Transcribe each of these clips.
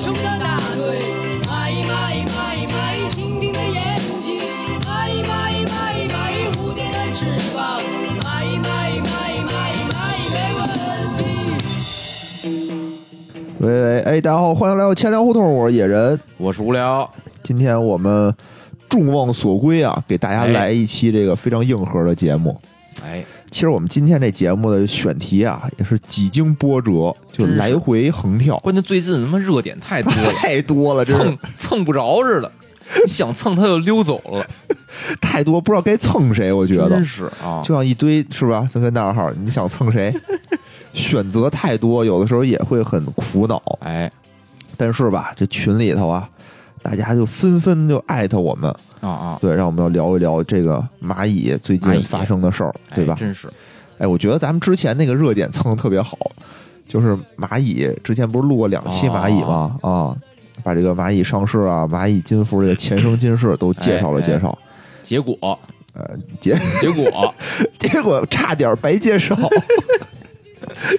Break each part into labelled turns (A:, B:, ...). A: 冲着大腿，蚂蚁蚂蚁蚂蚁蚂蚁蜻蜓的眼睛，蚂蚁蚂蚁蚂蚁蚂蚁蝴蝶的翅膀，蚂蚁蚂蚁蚂蚁蚂蚁蚂蚁没问题。
B: 喂喂，哎，大家好，欢迎来到千聊胡同，我是野人。
C: 我是无聊，
B: 今天我们众望所归啊，给大家
C: 哎
B: 来一期这个非常硬核的节目。
C: 哎，
B: 其实我们今天这节目的选题啊，也是几经波折，就
C: 真是
B: 来回横跳，
C: 关键最近他妈热点太多 了，
B: 太多了，真
C: 蹭
B: 是
C: 蹭不着似的，你想蹭他就溜走了，
B: 太多，不知道该蹭谁。我 觉得
C: 真是啊，
B: 就像一堆是吧？三跟大号，你想蹭 谁？选择太多，有的时候也会很苦恼。
C: 哎
B: 但是吧，这群里头啊，大家就纷纷就艾特我们，
C: 啊啊，
B: 对，让我们要聊一聊这个蚂蚁最
C: 蚂
B: 近
C: 蚁
B: 发生的事儿，
C: 哎
B: 对吧？
C: 真是，
B: 哎，我觉得咱们之前那个热点蹭的特别好，就是蚂蚁之前不是录过两期蚂蚁吗？啊、
C: 哦
B: 把这个蚂蚁上市啊、蚂蚁金服这个前生今世都介绍了
C: 哎哎
B: 介绍，
C: 结果
B: 呃，结
C: 结果
B: 结果差点白介绍，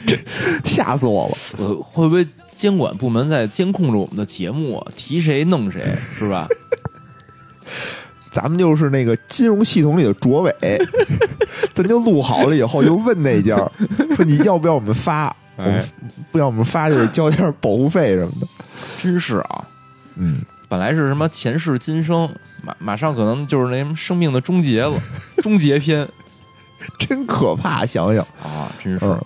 B: 这吓死我了！
C: 呃，会不会监管部门在监控着我们的节目啊，提谁弄谁 是吧？
B: 咱们就是那个金融系统里的卓 伟，咱就录好了以后就问那家 儿说你要不要我们发，我们
C: 哎
B: 不要我们发就得交点儿保护费什么的。
C: 真是啊，
B: 嗯，
C: 本来是什么前世今生，马马上可能就是那什么生命的终结了，终 结篇
B: 真可怕，想想，
C: 啊，真是，
B: 嗯，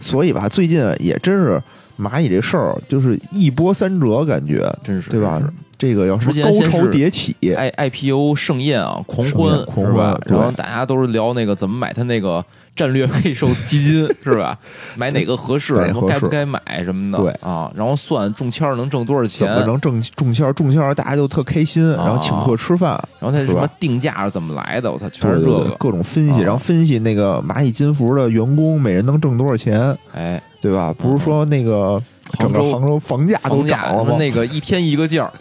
B: 所以吧，最近也真是蚂蚁这事儿，就是一波三折，感觉
C: 真是
B: 对吧
C: 真是？
B: 这个要什么
C: 之前
B: 高
C: 先
B: 潮
C: 是哎
B: 迭起，
C: I I P O 盛宴啊，狂欢
B: 狂欢
C: 是吧？
B: 对
C: 然后大家都是聊那个怎么买它那个战略配售 基金是吧？买哪个合适，
B: 哪个
C: 什么
B: 合适
C: 该不该买什么的，
B: 对
C: 啊，然后算中签儿能挣多少
B: 怎
C: 钱，
B: 么能挣中签儿？中签儿大家就特开心，
C: 啊
B: 然后请客吃饭，
C: 然后它什
B: 是
C: 么
B: 吧
C: 定价是怎么来的，我操，全
B: 对
C: 是
B: 对
C: 这
B: 对
C: 个，
B: 各种分析，
C: 啊
B: 然后分析那个蚂蚁金服的员工每人能挣多少钱，
C: 哎，
B: 对吧？不是说那个整
C: 杭
B: 个
C: 州
B: 杭州房价都啊
C: 房价
B: 涨了
C: 他
B: 吗
C: 妈？那个一天一个价儿。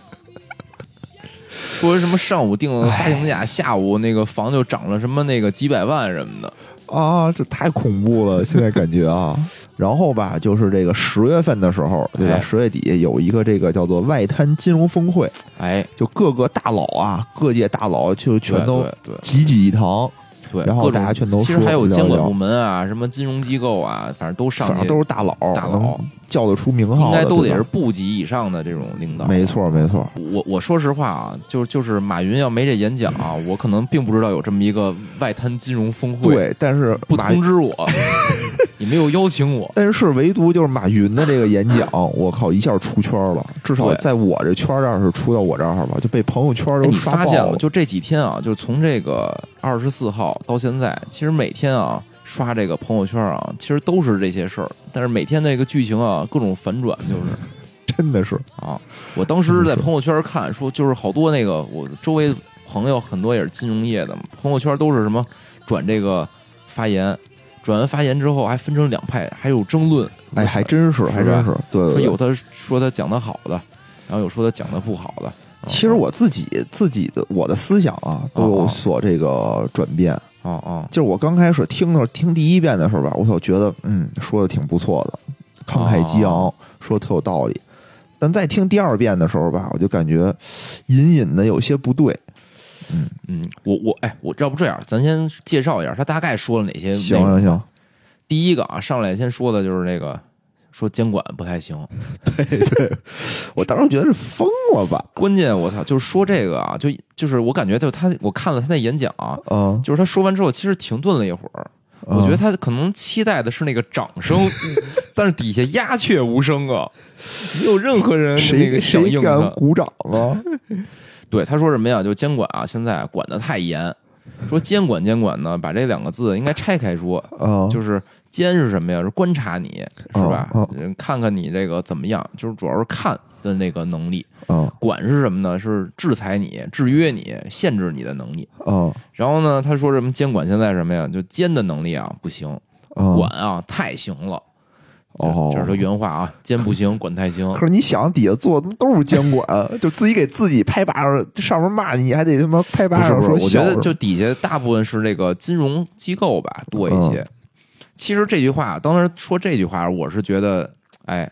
C: 说什么上午定了发行价，下午那个房就涨了什么那个几百万什么的，
B: 啊，这太恐怖 了，现在感觉啊。然后吧，就是这个十月份的时候，对吧？
C: 哎
B: 十月底有一个这个叫做外滩金融峰会，
C: 哎，
B: 就各个大佬啊，各界大佬就全都
C: 对对
B: 集集一堂，
C: 对，
B: 然后
C: 各种
B: 大家全都
C: 其实
B: 说
C: 还有
B: 聊
C: 监管
B: 聊
C: 部门啊，什么金融机构啊，反正都上
B: 反正
C: 去
B: 都是大佬，
C: 大佬
B: 能叫得出名
C: 应
B: 号的，
C: 该都得
B: 对
C: 是
B: 吧
C: 部级以上的这种领导。啊
B: 没，错，没错。
C: 我我说实话啊，就就是马云要没这演讲啊，我可能并不知道有这么一个外滩金融峰会，
B: 对，但是
C: 不
B: 马，
C: 通 知我，你没有邀请我。
B: 但是唯独就是马云的这个演 讲，我靠，一下出圈了，至少
C: 对
B: 在我这圈儿这儿是出到我这儿吧，就被朋友圈
C: 哎
B: 都
C: 你
B: 刷
C: 发
B: 爆
C: 现了，就这几天啊，就从这个二十四号到现在，其实每天啊刷这个朋友圈啊，其实都是这些事儿，但是每天那个剧情啊，各种反转，就是。
B: 真的是，
C: 啊，我当时
B: 嗯
C: 在朋友圈看说，就是好多那个我周围朋友很多也是金融业的嘛，朋友圈都是什么转这个发言，转完发言之后还分成两派，还有争论。
B: 哎，还真是，还
C: 是吧
B: 真是，对对
C: 说
B: 对。
C: 有他说他讲的好的，然后有说他讲的不好的。嗯
B: 其实我自己自己的我的思想啊，都有所这个转变。
C: 哦哦，
B: 就是我刚开始听的时候，听第一遍的时候吧，我就觉得嗯，说的挺不错的，慷慨激昂
C: 哦，
B: 说的特有道理。但再听第二遍的时候吧，我就感觉隐隐的有些不对。
C: 嗯，我我哎，我要不这样，咱先介绍一下他大概说了哪些
B: 行啊
C: 内容
B: 行行，
C: 第一个啊，上来先说的就是那个说监管不太行，
B: 我当时觉得是疯了吧？
C: 关键我操，就是说这个啊，就就是我感觉就是他，我看了他那演讲啊，
B: 嗯，
C: 就是他说完之后，其实停顿了一会儿，我觉得他可能期待的是那个掌 声，但是底下鸦雀无声啊，没有任何人那
B: 谁
C: 个响
B: 谁
C: 应
B: 敢
C: 他。
B: 鼓掌啊？
C: 对，他说什么呀？就监管啊，现在管得太严，说监管监管呢，把这两个字应该拆开说，
B: 啊，
C: 就是监是什么呀？是观察你是吧
B: 哦？
C: 嗯看看你这个怎么样，就是主要是看的那个能力。
B: 啊
C: 管是什么呢？是制裁你、制约你、限制你的能力。
B: 啊
C: 然后呢，他说什么监管现在什么呀？就监的能力啊不行，
B: 啊！
C: 管啊太行了。
B: 哦
C: 这是他原话啊，监不行，管太行。
B: 可是你想，底下坐的都是监管，就自己给自己拍巴掌，上面骂你还得他妈拍
C: 不
B: 巴
C: 是
B: 掌
C: 不是，
B: 说
C: 我觉
B: 小
C: 得
B: 声
C: 就底下大部分是这个金融机构吧多一些。其实这句话，当时说这句话，我是觉得，哎，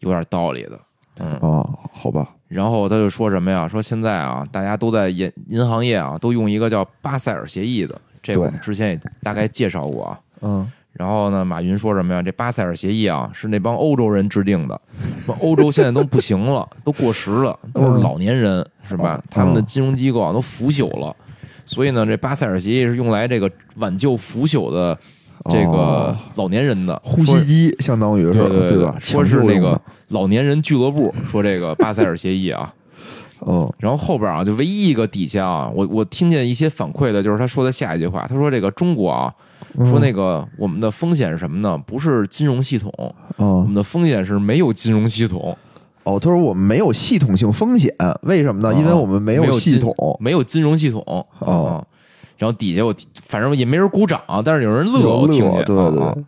C: 有点道理的。嗯，
B: 哦，好吧，
C: 然后他就说什么呀？说现在啊，大家都在银银行业啊，都用一个叫巴塞尔协议的，这个我们之前也大概介绍过啊。
B: 嗯，
C: 然后呢，马云说什么呀？这巴塞尔协议啊，是那帮欧洲人制定的，什么欧洲现在都不行了， 都过时了，都是老年人，是吧
B: 嗯？
C: 他们的金融机构啊都腐朽了，所以呢，这巴塞尔协议是用来这个挽救腐朽的这个
B: 哦
C: 老年人的
B: 呼
C: 说
B: 吸机相当于是
C: 对对
B: 吧？
C: 说是那
B: 强制用
C: 个
B: 的，
C: 老年人俱乐部，说这个巴塞尔协议啊，
B: 嗯，
C: 然后后边啊，就唯一一个底下啊，我我听见一些反馈的，就是他说的下一句话，他说这个中国啊，
B: 嗯
C: 说那个我们的风险是什么呢？不是金融系统，我
B: 嗯
C: 们的风险是没有金融系统，
B: 哦，他说我们没有系统性风险，为什么呢？
C: 啊
B: 因为我们没有系统。
C: 没有金融系统
B: 哦
C: 啊。然后底下我反正也没人鼓掌啊，但是有人乐，我听
B: 乐，
C: 见。
B: 对
C: 啊
B: 对
C: 啊
B: 对，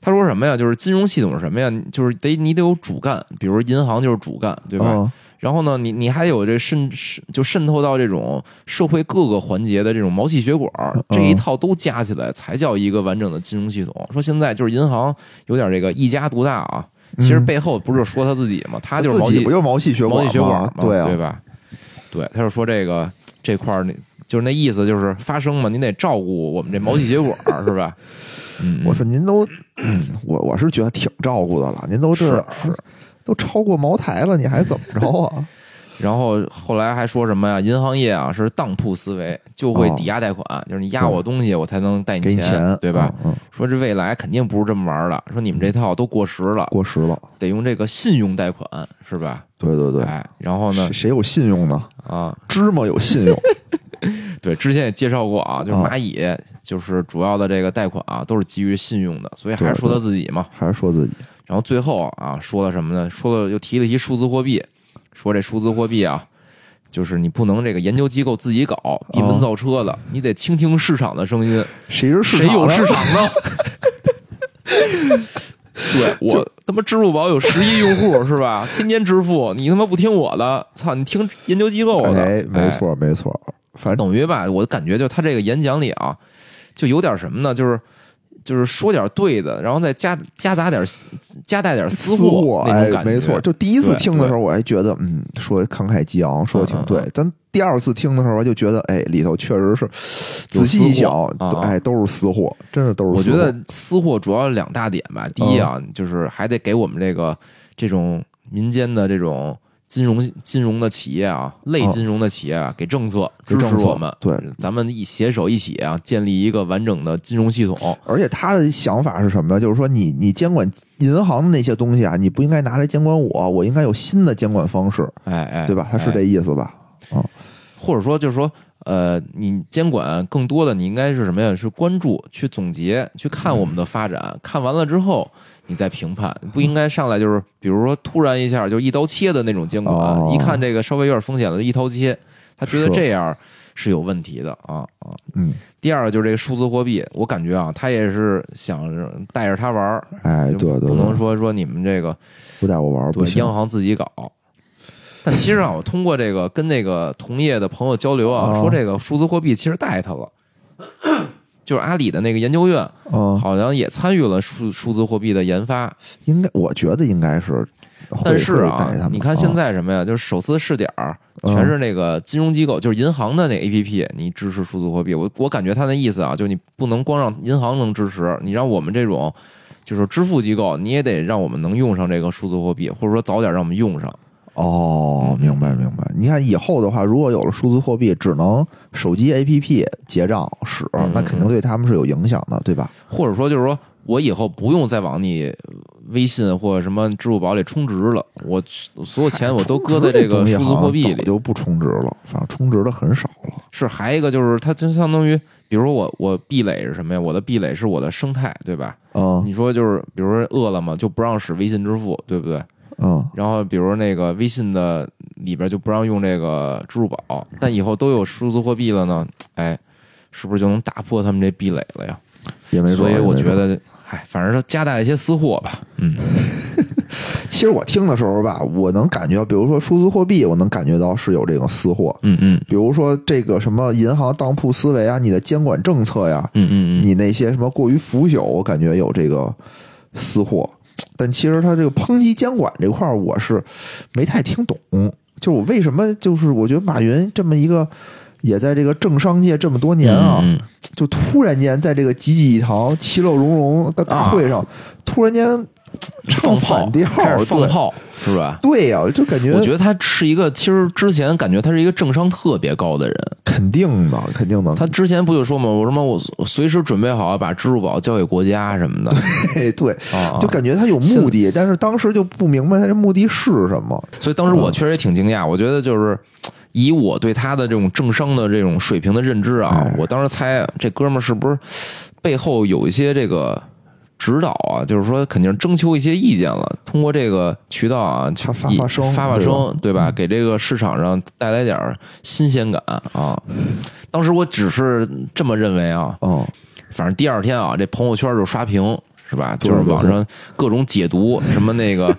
C: 他说什么呀？就是金融系统是什么呀？就是得你得有主干，比如银行就是主干，对吧？
B: 嗯
C: 然后呢，你你还有这渗渗就渗透到这种社会各个环节的这种毛细血管儿
B: 嗯，
C: 这一套都加起来才叫一个完整的金融系统。说现在就是银行有点这个一家独大啊，其实背后不是说他自己嘛，他就
B: 嗯
C: 是
B: 自
C: 毛
B: 己
C: 细
B: 不就是毛细血
C: 毛细血
B: 管
C: 管
B: 吗？对
C: 嘛
B: 啊，
C: 对吧？对，他就说这个这块儿，就是那意思就是发声嘛，您得照顾我们这毛细血管儿是 吧？嗯，
B: 我操，您都，嗯我我是觉得挺照顾的了，您都这
C: 是
B: 都超过茅台了，你还怎么着 啊？
C: 然后后来还说什么呀？银行业啊是当铺思维，就会
B: 哦
C: 抵押贷款，就是你押我东西，我才能贷
B: 给
C: 钱，
B: 你钱，
C: 对吧？
B: 嗯？嗯，
C: 说这未来肯定不是这么玩的，说你们这套都过时了，
B: 过时了，
C: 得用这个信用贷款，是吧？
B: 对对对，
C: 哎，然后呢
B: 谁，谁有信用呢？
C: 啊，
B: 芝麻有信用，
C: 对，之前也介绍过啊，就是
B: 啊
C: 蚂蚁，就是主要的这个贷款啊，都是基于信用的，所以还
B: 对
C: 是说
B: 对
C: 他自己嘛。
B: 还是说自己
C: 然后最后啊，说了什么呢？说了又提了一提数字货币，说这数字货币啊，就是你不能这个研究机构自己搞，闭
B: 哦
C: 门造车的，你得倾听市场的声音，
B: 谁是市
C: 谁
B: 场
C: 有
B: 呢
C: 市场呢？对我他妈支付宝有十亿用户是吧？天天支付，你他妈不听我的，操！你听研究机构的，
B: 哎，没错没错，反正
C: 等于吧，我感觉就他这个演讲里啊，就有点什么呢？就是就是说点对的，然后再加夹杂点夹带点私
B: 货
C: 货，那
B: 哎
C: 种感，觉。
B: 没错，就第一次
C: 对
B: 听的时候，我还觉得嗯，说慷慨激昂，说的挺对
C: 嗯嗯，
B: 但第二次听的时候，我就觉得哎，里头确实是仔细一想
C: 有私货，啊
B: 哎，都是私货，真是都是
C: 我
B: 私
C: 觉
B: 货。
C: 得私货主要两大点吧，第一啊，就是还得给我们这个这种民间的这种金融金融的企业啊，类金融的企业啊，给政策
B: 给
C: 支
B: 政策
C: 持我们，
B: 对，
C: 咱们一携手一起啊，建立一个完整的金融系统。
B: 而且他的想法是什么呢？就是说你，你监管银行的那些东西啊，你不应该拿来监管我，我应该有新的监管方式，
C: 哎哎，
B: 对吧？他是
C: 哎
B: 这意思吧？
C: 或者说就是说，呃，你监管更多的，你应该是什么呀？是关注、去总结、去看我们的发展，看完了之后你再评判，不应该上来就是，比如说突然一下就一刀切的那种监管，
B: 哦
C: 一看这个稍微有点风险了，一刀切，他觉得
B: 是
C: 这样是有问题的啊啊。
B: 嗯，
C: 第二个就是这个数字货币，我感觉啊，他也是想着带着他玩儿，
B: 哎，对对
C: 嗯不能
B: 对，
C: 说说你们这个
B: 不带我玩哦儿不
C: 对，
B: 行
C: 央。行自己搞。但其实啊，我通过这个跟那个同业的朋友交流啊，
B: 啊
C: 说这个数字货币其实带它了，就是阿里的那个研究院
B: 嗯，
C: 好像也参与了数数字货币的研发。
B: 应该，我觉得应该是会。
C: 但是
B: 会哦带他
C: 啊，
B: 们
C: 你看现
B: 啊
C: 在什么呀，就是首次试点儿
B: 嗯
C: 全是那个金融机构，就是银行的那 A P P，你支持数字货币。我我感觉他那意思啊，就你不能光让银行能支持，你让我们这种就是支付机构，你也得让我们能用上这个数字货币，或者说早点让我们用上。
B: 哦，
C: 嗯
B: 明白明白。你看以后的话，如果有了数字货币，只能手机 APP 结账使
C: 嗯，
B: 那肯定对他们是有影响的，对吧？
C: 或者说就是说我以后不用再往你微信或者什么支付宝里充值了，我所有钱我都搁在这个
B: 充值东西
C: 数字
B: 好像
C: 货币
B: 早
C: 里。
B: 就不充值了，反正充值的很少了。
C: 是，还一个就是它就相当于，比如说我我壁垒是什么呀？我的壁垒是我的生态，对吧？
B: 嗯
C: 你说就是，比如说饿了么就不让使微信支付，对不对？
B: 嗯，
C: 然后比如那个微信的里边就不让用这个支付宝，
B: 嗯
C: 但以后都有数字货币了呢，哎，是不是就能打破他们这壁垒了呀？
B: 也没准
C: 所以
B: 也
C: 我
B: 没
C: 觉
B: 准
C: 得，哎，反正加大一些私货吧，嗯。
B: 其实我听的时候吧，我能感觉到，比如说数字货币，我能感觉到是有这种私货，
C: 嗯嗯
B: 比如说这个什么银行当铺思维啊，你的监管政策呀，
C: 嗯嗯嗯，
B: 你那些什么过于腐朽，我感觉有这个私货。但其实他这个抨击监管这块儿，我是没太听懂。就是我为什么，就是我觉得马云这么一个也在这个政商界这么多年啊，
C: 嗯
B: 就突然间在这个济济一堂其乐融融的大会上，突然间唱
C: 啊放炮
B: 反调，
C: 开始放
B: 对
C: 炮，是吧？
B: 对呀、就感觉
C: 我觉得他是一个，其实之前感觉他是一个政商特别高的人。
B: 肯定的，肯定的，
C: 他之前不就说嘛，我什么我随时准备好把支付宝交给国家什么的
B: 对对，
C: 啊，
B: 就感觉他有目的，但是当时就不明白他这目的是什么。
C: 所以当时
B: 嗯
C: 我确实也挺惊讶，我觉得就是以我对他的这种政商的这种水平的认知啊
B: 哎，
C: 我当时猜这哥们儿是不是背后有一些这个指导啊，就是说肯定是征求一些意见了，通过这个渠道啊，
B: 发发
C: 以
B: 发声
C: 发发
B: 对吧嗯
C: 声，对吧？给这个市场上带来点儿新鲜感啊。当时我只是这么认为啊，
B: 哦，
C: 反正第二天啊，这朋友圈就刷屏，是吧？
B: 对
C: 就是网上各种解读，什么那个，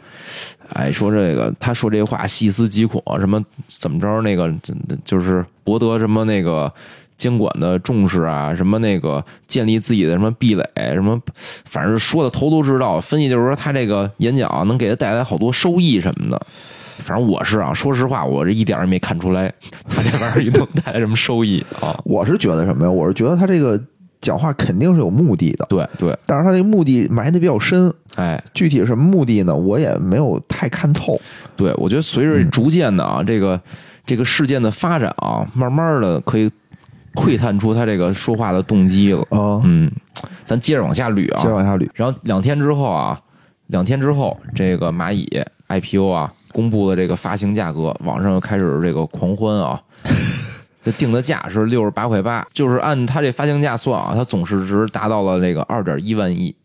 C: 哎，说这个，他说这话细思极恐，什么怎么着那个，就就是博得什么那个监管的重视啊，什么那个建立自己的什么壁垒，什么，反正说的头头是道。分析就是说他这个演讲啊能给他带来好多收益什么的。反正我是啊，说实话，我这一点儿也没看出来他这玩意儿能带来什么收益啊。
B: 我是觉得什么呀？我是觉得他这个讲话肯定是有目的的，
C: 对对，
B: 但是他这个目的埋的比较深，
C: 哎，
B: 具体什么目的呢？我也没有太看透。
C: 对，我觉得随
B: 嗯
C: 着逐渐的啊，这个这个事件的发展啊，慢慢的可以窥探出他这个说话的动机了。
B: 啊，
C: 嗯，咱接着往下捋
B: 接着
C: 啊。
B: 往下捋。
C: 然后两天之后啊，两天之后，这个蚂蚁 IPO 啊公布了这个发行价格，网上又开始这个狂欢 啊。这定的价是六十八块八，就是按它这发行价算啊，它总市值达到了这个二点一万亿。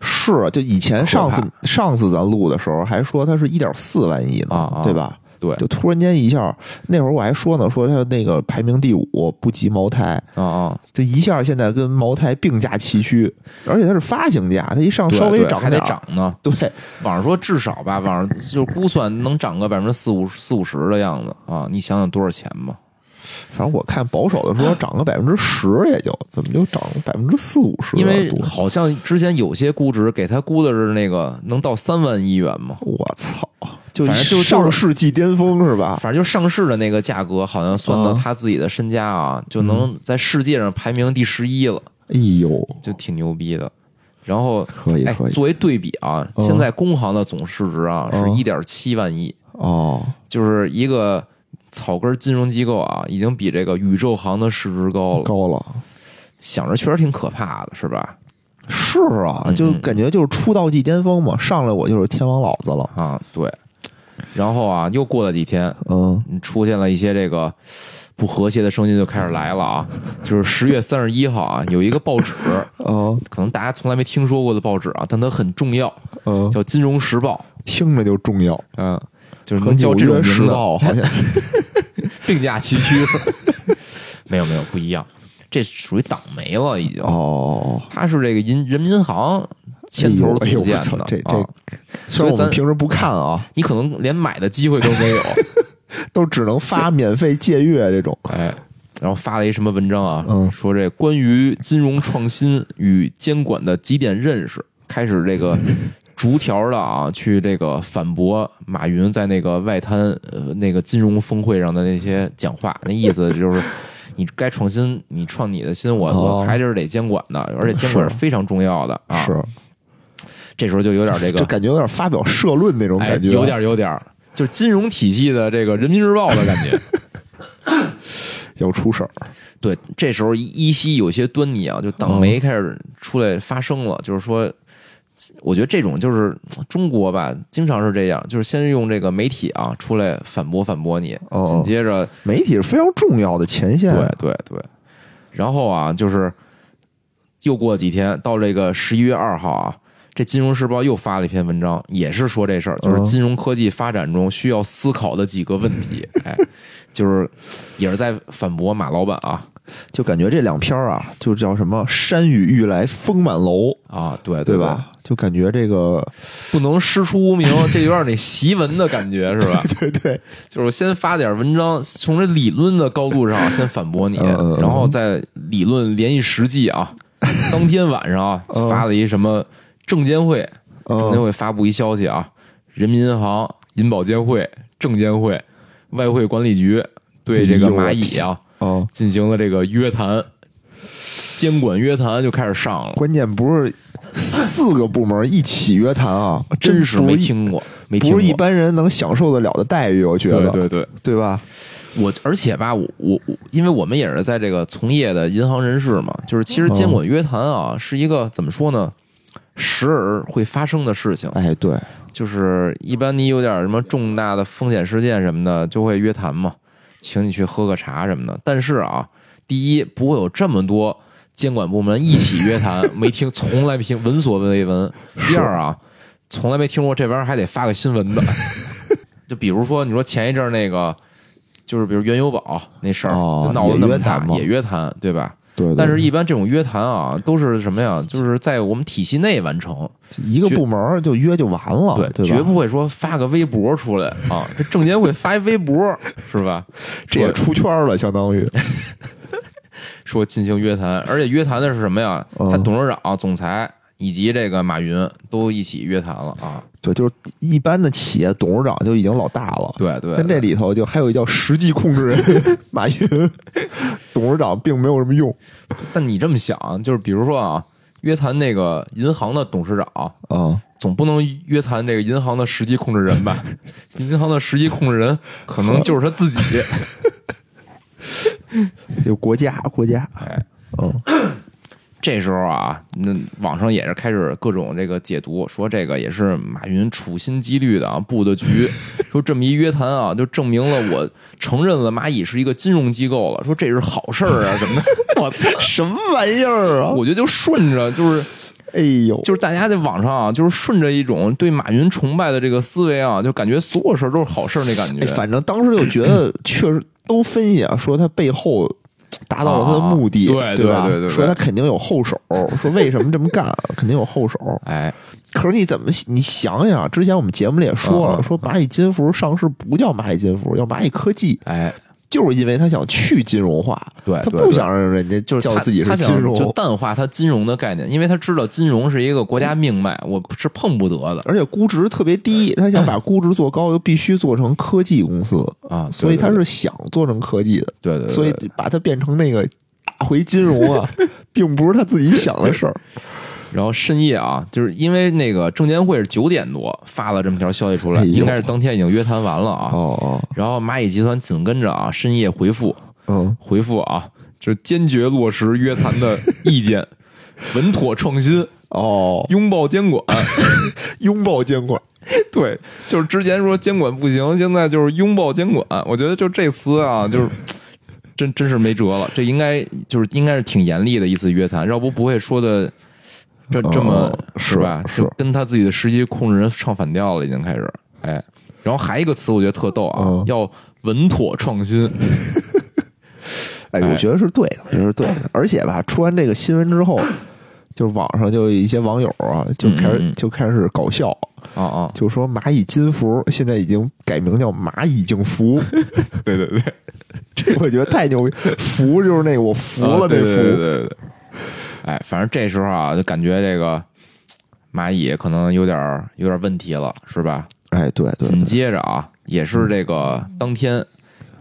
B: 是，就以前上次
C: 可
B: 上次咱录的时候还说它是一点四万亿呢，
C: 啊啊
B: 对吧？
C: 对
B: 就突然间一下，那会儿我还说呢，说它那个排名第五，不及茅台，
C: 啊啊，
B: 就一下现在跟茅台并驾齐驱，而且它是发行价，它一上
C: 对
B: 稍微
C: 对
B: 涨
C: 还得
B: 点儿
C: 涨呢。
B: 对，
C: 网上说至少吧，网上就是估算能涨个百分之四五四五十的样子啊！你想想多少钱吧？
B: 反正我看保守的说涨个百分之十也就，怎么就涨百分之四五十？
C: 因为好像之前有些估值给他估的是那个能到三万亿元嘛，
B: 我操，就
C: 反正就
B: 上世纪巅峰是吧？
C: 反正就上市的那个价格，好像算到
B: 嗯
C: 他自己的身家啊，就能在世界上排名第十一了，
B: 哎呦，
C: 就挺牛逼的。然后，
B: 可以
C: 哎
B: 可，以
C: 作为对比啊，
B: 嗯
C: 现在工行的总市值啊是
B: 嗯
C: 一点七万亿，
B: 哦，
C: 就是一个草根金融机构啊，已经比这个宇宙行的市值高了。
B: 高了。
C: 想着确实挺可怕的，是吧？
B: 是啊，
C: 嗯
B: 就
C: 嗯
B: 感觉就是出道即巅峰嘛，上来我就是天王老子了。
C: 啊，对。然后啊，又过了几天，
B: 嗯，
C: 嗯出现了一些这个不和谐的声音就开始来了啊。就是十月三十一号啊，有一个报纸，
B: 哦，
C: 可能大家从来没听说过的报纸啊，但它很重要，
B: 嗯，
C: 叫《金融时报
B: 听着就重要。》。
C: 嗯，就是
B: 和
C: 能叫
B: 纽
C: 这种
B: 约时
C: 名字，
B: 报好像
C: 并驾齐驱。 没有没有，不一样，这属于党媒了已经。
B: 哦，
C: 它是这个银人民银行牵头
B: 哎呦
C: 组
B: 哎呦
C: 建
B: 我操
C: 的
B: 这
C: 啊
B: 这，虽然我
C: 所以咱
B: 们平时不看啊，
C: 你可能连买的机会都没有。
B: 都只能发免费借阅这种。
C: 哎，然后发了一什么文章啊？
B: 嗯
C: 说这关于金融创新与监管的几点认识，开始 这个逐条的啊，去这个反驳马云在那个外滩呃那个金融峰会上的那些讲话，那意思就是。你该创新，你创你的新，我我
B: 哦
C: 还是得监管的，而且监管是
B: 是
C: 非常重要的啊。
B: 是，
C: 这时候就有点这个
B: 就感觉有点发表社论那种
C: 哎，
B: 感觉，
C: 有点有点儿，就是金融体系的这个人民日报的感觉。
B: 要出事儿。
C: 对，这时候依稀有些端倪啊，就党
B: 嗯
C: 媒开始出来发声了，就是说，我觉得这种就是呃中国吧，经常是这样，就是先用这个媒体啊出来反驳反驳你，
B: 哦啊
C: 紧接着
B: 媒体是非常重要的前线
C: 对。对对，然后啊，就是又过几天到这个十一月二号啊。这《金融时报》又发了一篇文章，也是说这事儿，就是
B: 嗯
C: 金融科技发展中需要思考的几个问题。哎，就是也是在反驳马老板啊
B: 就感觉这两篇儿啊，就叫什么“山雨欲来风满楼
C: 啊，对”，
B: 对
C: 对
B: 吧？就感觉这个，
C: 不能师出无名，这有点那檄文的感觉，是吧？
B: 对对，
C: 就是我先发点文章，从这理论的高度上先反驳你，
B: 嗯嗯嗯
C: 然后再理 论联系实际啊。当天晚上啊，
B: 嗯
C: 发了一什么证监会中
B: 嗯
C: 间会发布一消息啊，人民银行、银保监会、证监会、外汇管理局对这个
B: 哎
C: 蚂蚁啊
B: 哦，
C: 进行了这个约谈，监管约谈就开始上了，
B: 关键不是四个部门一起约谈啊，
C: 真是
B: 不
C: 没
B: 是一
C: 听过，没听过，
B: 不是一般人能享受得了的待遇，我觉
C: 对
B: 得，
C: 对对，
B: 对吧？
C: 我而且吧，我我我，因为我们也是在这个从业的银行人士嘛，就是其实监管约谈啊，是一个怎么说呢，时而会发生的事情。
B: 哎，对，
C: 就是一般你有点什么重大的风险事件什么的，就会约谈嘛，请你去喝个茶什么的。但是啊，第一不会有这么多监管部门一起约 谈，没听，从来没听，闻所未闻。第二啊，从来没听过这玩意儿还得发个新 闻的。就比如说，你说前一阵儿那个，就是比如原油宝那事儿，
B: 哦
C: 就闹得那么
B: 也约
C: 大
B: 谈，嘛
C: 也约谈，对吧？
B: 对对
C: 但是，一般这种约谈啊，都是什么呀？就是在我们体系内完成。
B: 一个部门就约就完了，对
C: 对，
B: 吧？
C: 啊绝不会说发个微博出来 啊！这证监会发一微博是吧？
B: 这也出圈了，相当 于，
C: 说进行约谈，而且约谈的是什么呀？
B: 嗯
C: 他董事长、总裁以及这个马云都一起约谈了啊！
B: 对，就是一般的企业董事长就已经老大了，
C: 对对，
B: 但这里头就还有一叫实际控制人 马云，董事长并没有什么用
C: 但你这么想，就是比如说啊，约谈那个银行的董事长，
B: 啊，
C: 总不能约谈这个银行的实际控制人 吧？银行的实际控制人可能就是他自己。
B: 有国家国家，
C: 哎，
B: 嗯，
C: 这时候啊，那网上也是开始各种这个解读，说这个也是马云处心积虑的啊布 的局，说这么一约谈啊，就证明了我承认了蚂蚁是一个金融机构了，说这是好事儿啊什么的。我操！
B: 什么玩意儿啊？
C: 我觉得就顺着就是
B: 哎呦，
C: 就是大家在网上啊，就是顺着一种对马云崇拜的这个思维啊，就感觉所有事儿都是好事儿那感觉
B: 哎，。反正当时就觉 得确实都分析啊，说他背后达到了他的目的，
C: 啊对
B: 对吧？
C: 对对对对
B: 说他肯定有后手，说为什么这么干，啊肯定有后手。
C: 哎，
B: 可是你怎么你想想，啊之前我们节目里也说了，
C: 嗯嗯
B: 说蚂蚁金服上市不叫蚂蚁金服，叫蚂蚁科技，
C: 哎，
B: 就是因为他想去金融化，
C: 对
B: 他
C: 对
B: 不
C: 对
B: 想让人家
C: 就是
B: 叫
C: 他
B: 自己
C: 他
B: 是
C: 想
B: 金融，
C: 就淡化他金融的概念，因为他知道金融是一个国家命脉，我是碰不得的
B: 而且估值特别低，他想把估值做高，就必须做成科技公司，
C: 啊。对
B: 所以
C: 对
B: 他
C: 对
B: 是想做成科技的，
C: 对对，对
B: 所以把它变成那个大回金融啊，并不是他自己想的 事儿。
C: 然后深夜啊，就是因为那个证监会是九点多发了这么条消息出来，
B: 哎呦
C: 应该是当天已经约谈完了啊。
B: 哦
C: 然后蚂蚁集团紧跟着啊，深夜回复
B: 哦，嗯，
C: 回复啊，就是坚决落实约谈的意见， 稳妥创新，
B: 哦，
C: 拥抱监管。
B: 拥抱监管，
C: 对，就是之前说监管不行，现在就是拥抱监管。我觉得就这词啊，就是 真真是没辙了。这应该就是应该是挺严厉的一次约谈，要不不会说的这这么、
B: 哦
C: 是吧？
B: 是
C: 就跟他自己的实际控制人唱反调了，已经开始。哎，然后还有一个词我觉得特逗啊，
B: 嗯
C: 要稳妥创新。
B: 哎，
C: 哎
B: 我觉得是对的，我觉得是对的。而且吧，出完这个新闻之后，就是网上就有一些网友啊，就开始
C: 嗯嗯嗯
B: 就开始搞笑，
C: 啊啊，
B: 就说蚂蚁金服现在已经改名叫蚂蚁净服，
C: 对对对，
B: 这我觉得太牛逼，服就是那个我服了
C: 啊
B: 那
C: 对对对
B: 服，
C: 对对。哎，反正这时候啊，就感觉这个蚂蚁可能有点儿有点儿问题了，是吧？
B: 哎，对对嗯
C: 紧接着啊，也是这个当天，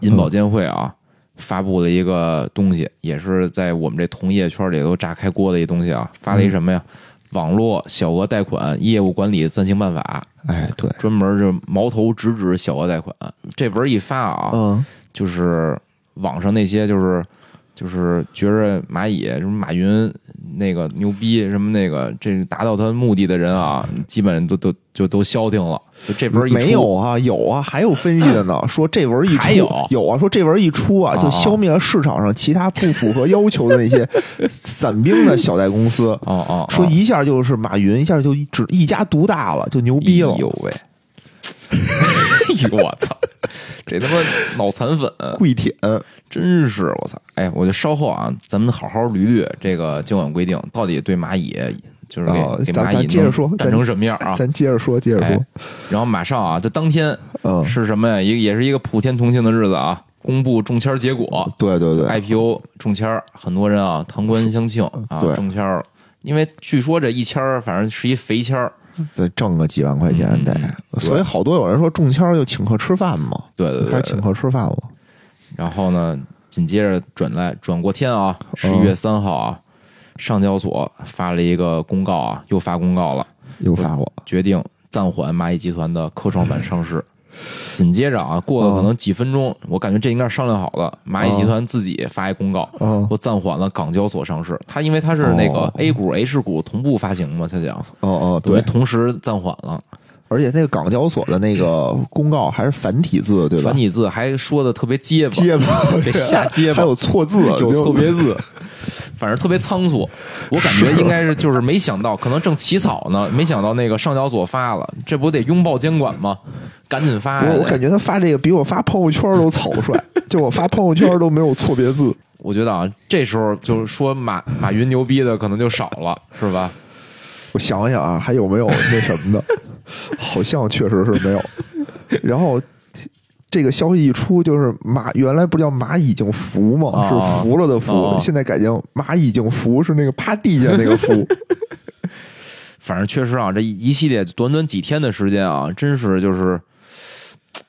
C: 银保监会啊、发布了一个东西，也是在我们这同业圈里都炸开锅的一东西啊，发了一什么呀？网络小额贷款业务管理暂行办法，
B: 哎对，
C: 专门就矛头直指小额贷款。这文儿一发啊，
B: 嗯，
C: 就是网上那些就是就是觉着蚂蚁什么马云那个牛逼什么那个这达到他目的的人啊，基本都都就都消停了。就这文儿一出
B: 没有啊，有啊，还有分析的 呢，说这文一出
C: 还有
B: 啊，说这文一出啊，
C: 啊
B: 就消灭了市场上其他不符合要求的那 些散兵的小贷公司，
C: 哦哦，
B: 说
C: 哦
B: 一下就是马云一下就一只一家独大了，就牛逼了
C: 哎。呦喂！ 哎呦我操，这他妈脑残粉
B: 跪舔，
C: 啊真是我操！哎，我就稍后啊，咱们好好捋捋这个监管规定到底对蚂蚁就是给、
B: 哦
C: 给
B: 咱
C: 蚂蚁
B: 咱接着说
C: 弄
B: 咱
C: 整成什么样啊？
B: 咱接着说，接着
C: 哎
B: 说，，
C: 然后马上啊，就当天
B: 嗯，
C: 是什么呀？一个也是一个普天同庆的日子啊，公布中签结果
B: 对对对，
C: ，IPO 中签儿，很多人啊，堂官相庆啊
B: 对，
C: 中签儿了。因为据说这一签儿，反正是一肥签儿，
B: 得挣个几万块钱得
C: 嗯，
B: 所以好多有人说中签儿就请客吃饭嘛，
C: 对对
B: 开
C: 对
B: 始
C: 对
B: 请客吃饭了。
C: 然后呢，紧接着转来转过天啊，
B: 哦
C: 十一月三号啊，上交所发了一个公告啊，又发公告了，
B: 又发我，
C: 决定暂缓蚂蚁集团的科创板上市。紧接着啊，过了可能几分钟，我感觉这应该是商量好的，蚂蚁集团自己发一公告。
B: 嗯
C: 说暂缓了港交所上市，它因为它是那个
B: 哦
C: A 股、H 股同步发行嘛，它讲
B: 哦哦，
C: 等于
B: 对，
C: 同时暂缓了，
B: 而且那个港交所的那个公告还是繁体字，对吧
C: 繁？体字还说的特别结巴，
B: 结巴，
C: 得下结巴
B: 还有错字，
C: 有错别
B: 字，
C: 反正特别仓促，我感觉应该是就是没想到，可能正起草呢，没想到那个上交所发了，这不得拥抱监管吗？赶紧发呀！
B: 我我
C: 得
B: 感觉他发这个比我发朋友圈都草率，就我发朋友圈都没有错别字。
C: 我觉得啊，这时候就是说马马云牛逼的可能就少了，是吧？
B: 我想想啊，还有没有那什么的？好像确实是没有。然后这个消息一出，就是蚂原来不叫蚂蚁已经服吗？
C: 哦
B: 是服了的服，
C: 哦
B: 现在改叫蚂蚁已经服，是那个趴地下那个服。
C: 反正确实啊，这一一系列短短几天的时间啊，真是就是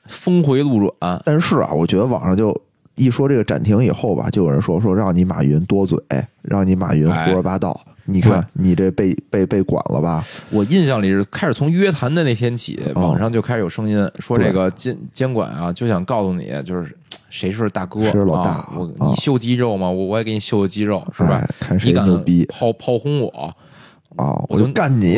C: 峰回路转。
B: 但是啊，我觉得网上就一说这个暂停以后吧，就有人说说让你马云多嘴，让你马云胡说八道。你看你这被被被管了吧？
C: 我印象里是开始从约谈的那天起，
B: 哦
C: 网上就开始有声音说
B: 对
C: 这个监监管啊，就想告诉你，就是谁是大哥，
B: 谁是老大
C: 啊我
B: 啊
C: 你秀肌肉吗？我我也给你秀肌肉，是吧
B: 哎？看谁
C: 你敢
B: 牛逼
C: 炮炮 轰我，
B: 啊！
C: 我
B: 我
C: 就
B: 就干你，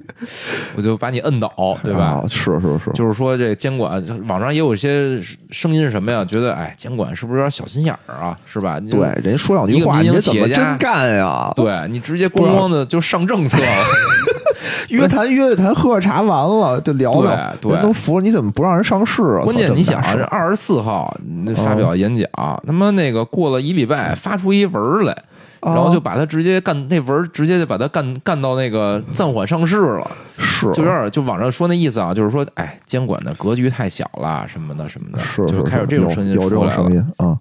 C: 我就把你摁倒，对吧？
B: 啊是是是，
C: 就是说，这监管网上也有一些声音是什么呀？觉得哎，监管是不是有点小心眼儿啊？是吧？你就
B: 对，人家说两
C: 一
B: 句
C: 个
B: 话，
C: 民
B: 你
C: 营
B: 这怎
C: 企
B: 么
C: 业家
B: 真干呀？
C: 对你直接咣咣的就上政策了。
B: 约谈约谈，喝个茶完了就聊聊，
C: 对对
B: 人都服了，你怎么不让人上市啊？
C: 关
B: 操
C: 键你想
B: 这
C: 啊，
B: 么大事
C: 这
B: 哦
C: 二十四号那发表演讲，他妈那个过了一礼拜
B: 嗯
C: 发出一文儿来，
B: 哦
C: 然后就把他直接干那文儿直接就把他干干到那个暂缓上市了，
B: 是
C: 就有点就网上说那意思啊，就是说哎，监管的格局太小了什么的什么的，
B: 是
C: 就是开始
B: 是
C: 这种声音
B: 有有这
C: 出
B: 种
C: 来
B: 声
C: 了。
B: 音啊，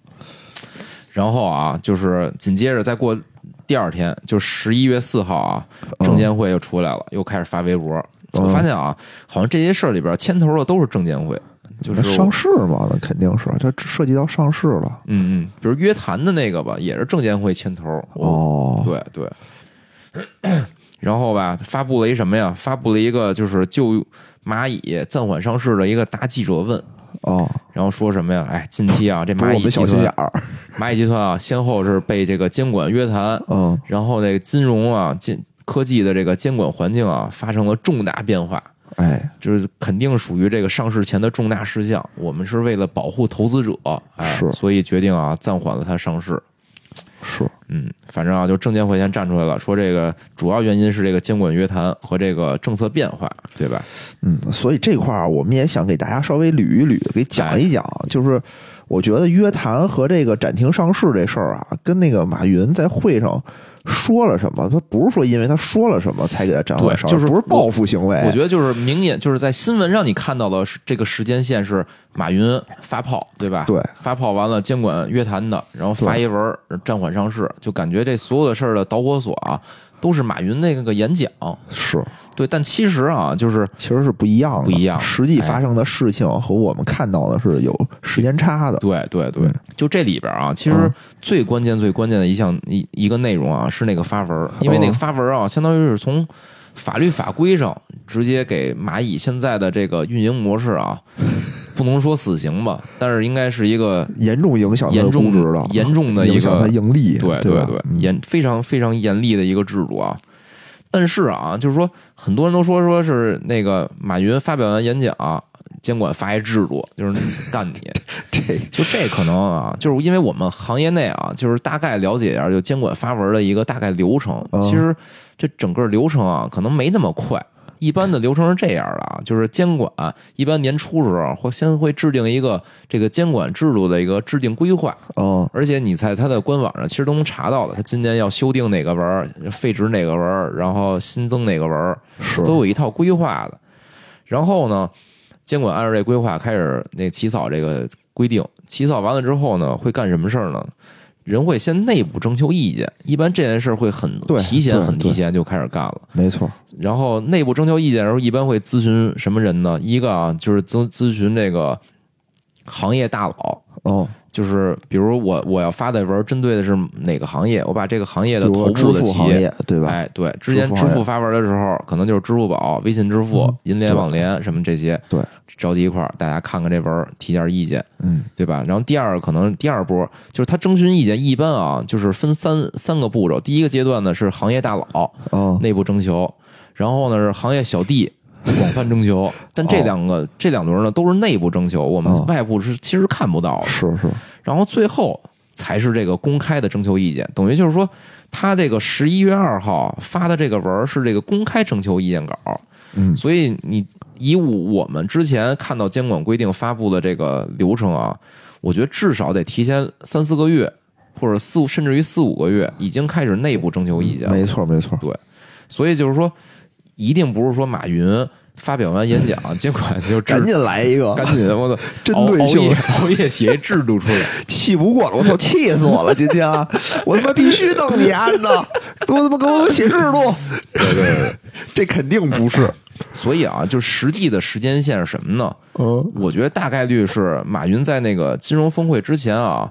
C: 然后啊，就是紧接着再过第二天，就十一月四号啊，
B: 嗯
C: 证监会又出来了，又开始发微博。我
B: 嗯
C: 发现啊，好像这些事儿里边牵头的都是证监会，就是
B: 那上
C: 我
B: 市嘛，那肯定是这涉及到上市了
C: 嗯嗯，比如约谈的那个吧，也是证监会牵头。我，
B: 哦。
C: 对对。然后吧，发布了一什么呀？发布了一个就是就蚂蚁暂缓上市的一个大记者问，
B: 哦，
C: 然后说什么呀？哎，近期啊，这
B: 不是
C: 蚂
B: 我
C: 蚁
B: 们
C: 集
B: 小心眼
C: 团，
B: 儿，
C: 蚂蚁集团啊，先后是被这个监管约谈，
B: 嗯，
C: 然后这个金融啊、金科技的这个监管环境啊，发生了重大变化。
B: 哎，
C: 就是肯定属于这个上市前的重大事项。我们是为了保护投资者，哎
B: 是，
C: 所以决定啊暂缓了它上市。
B: 是
C: 嗯，反正啊，就证监会先站出来了，说这个主要原因是这个监管约谈和这个政策变化，对吧？
B: 嗯，所以这块儿我们也想给大家稍微捋一捋，给
C: 哎
B: 讲一讲，就是我觉得约谈和这个暂停上市这事儿啊，跟那个马云在会上说了什么，他不是说因为他说了什么才给他暂缓
C: 对
B: 上市，
C: 就是
B: 不是
C: 我
B: 报复行为，
C: 我觉得就是明眼，就是在新闻上你看到的是这个时间线是马云发炮，对吧？
B: 对
C: 发炮完了监管约谈的，然后发
B: 对
C: 一文儿暂缓上市，就感觉这所有的事儿的导火索啊，都是马云那个演讲。
B: 是
C: 对，但其实啊，就是
B: 其实是不一样的，
C: 不一样哎
B: 实际发生的事情和我们看到的是有时间差的，
C: 对对对
B: 嗯，
C: 就这里边啊，其实
B: 嗯
C: 最关键、最关键的一项一一个内容啊，是那个发文儿，因为那个
B: 嗯
C: 发文儿啊，相当于是从法律法规上直接给蚂蚁现在的这个运营模式 啊，不能说死刑吧，但是应该是一个
B: 严重影响他
C: 严
B: 的估
C: 重
B: 值了，
C: 严重的一个
B: 影响他盈利，
C: 对
B: 对吧
C: 对，
B: 嗯
C: 严非常非常严厉的一个制度啊。但是啊，就是说，很多人都说说是那个马云发表完演讲、监管发一制度，就是干你。
B: 这
C: 就这可能啊，就是因为我们行业内啊，就是大概了解一下就监管发文的一个大概流程。
B: 嗯
C: 其实这整个流程啊，可能没那么快。一般的流程是这样的啊，就是监管一般年初时候会先会制定一个这个监管制度的一个制定规划，
B: 嗯
C: 而且你在它的官网上其实都能查到的，它今年要修订哪个文儿，废止哪个文儿，然后新增哪个文儿，
B: 是
C: 都有一套规划的。然后呢，监管按照这规划开始那起草这个规定，起草完了之后呢，会干什么事儿呢？人会先内部征求意见，一般这件事儿会很
B: 对
C: 提前、
B: 对
C: 很提前就开始干了。
B: 没错，
C: 然后内部征求意见的时候，一般会咨询什么人呢？一个啊，就是咨咨询这个行业大佬，
B: 哦，
C: 就是比如我我要发的文儿针对的是哪个行业，我把这个行业
B: 比
C: 的
B: 如
C: 头
B: 说支
C: 部的
B: 付
C: 企
B: 行业，对吧？
C: 哎，对，之前
B: 支付
C: 支
B: 行业
C: 付发文的时候，可能就是支付宝、微信支付
B: 嗯、
C: 银联、
B: 对
C: 网联什么这些，
B: 对，
C: 召集一块儿，大家看看这文儿，提点儿意见，
B: 嗯，
C: 对吧？然后第二，可能第二波就是他征询意见，一般啊，就是分三三个步骤。第一个阶段呢是行业大佬
B: 哦，
C: 内部征求，然后呢是行业小弟。广泛征求，但这
B: 哦
C: 两个、这两轮呢都是内部征求，我
B: 哦
C: 们外部是其实看不到的。
B: 是是，
C: 然后最后才是这个公开的征求意见，等于就是说，他这个十一月二号发的这个文儿是这个公开征求意见稿，
B: 嗯，
C: 所以你以我我们之前看到监管规定发布的这个流程啊，我觉得至少得提前三四个月，或者四五甚至于四五个月已经开始内部征求意见了
B: 没，错没错，
C: 所以就是说，一定不是说马云发表完演讲， 监管就制
B: 赶紧来一个，
C: 赶紧的，我的
B: 针
C: 熬
B: 对
C: 熬
B: 性
C: 夜熬夜写一制度出来。
B: 气不过了，我操，气死我了！今天啊，我他妈必须弄你啊！你知道，都他妈给我写制度。对对对，这肯定不 是。
C: 所以啊，就实际的时间线是什么呢？
B: 嗯，
C: 我觉得大概率是马云在那个金融峰会之前啊，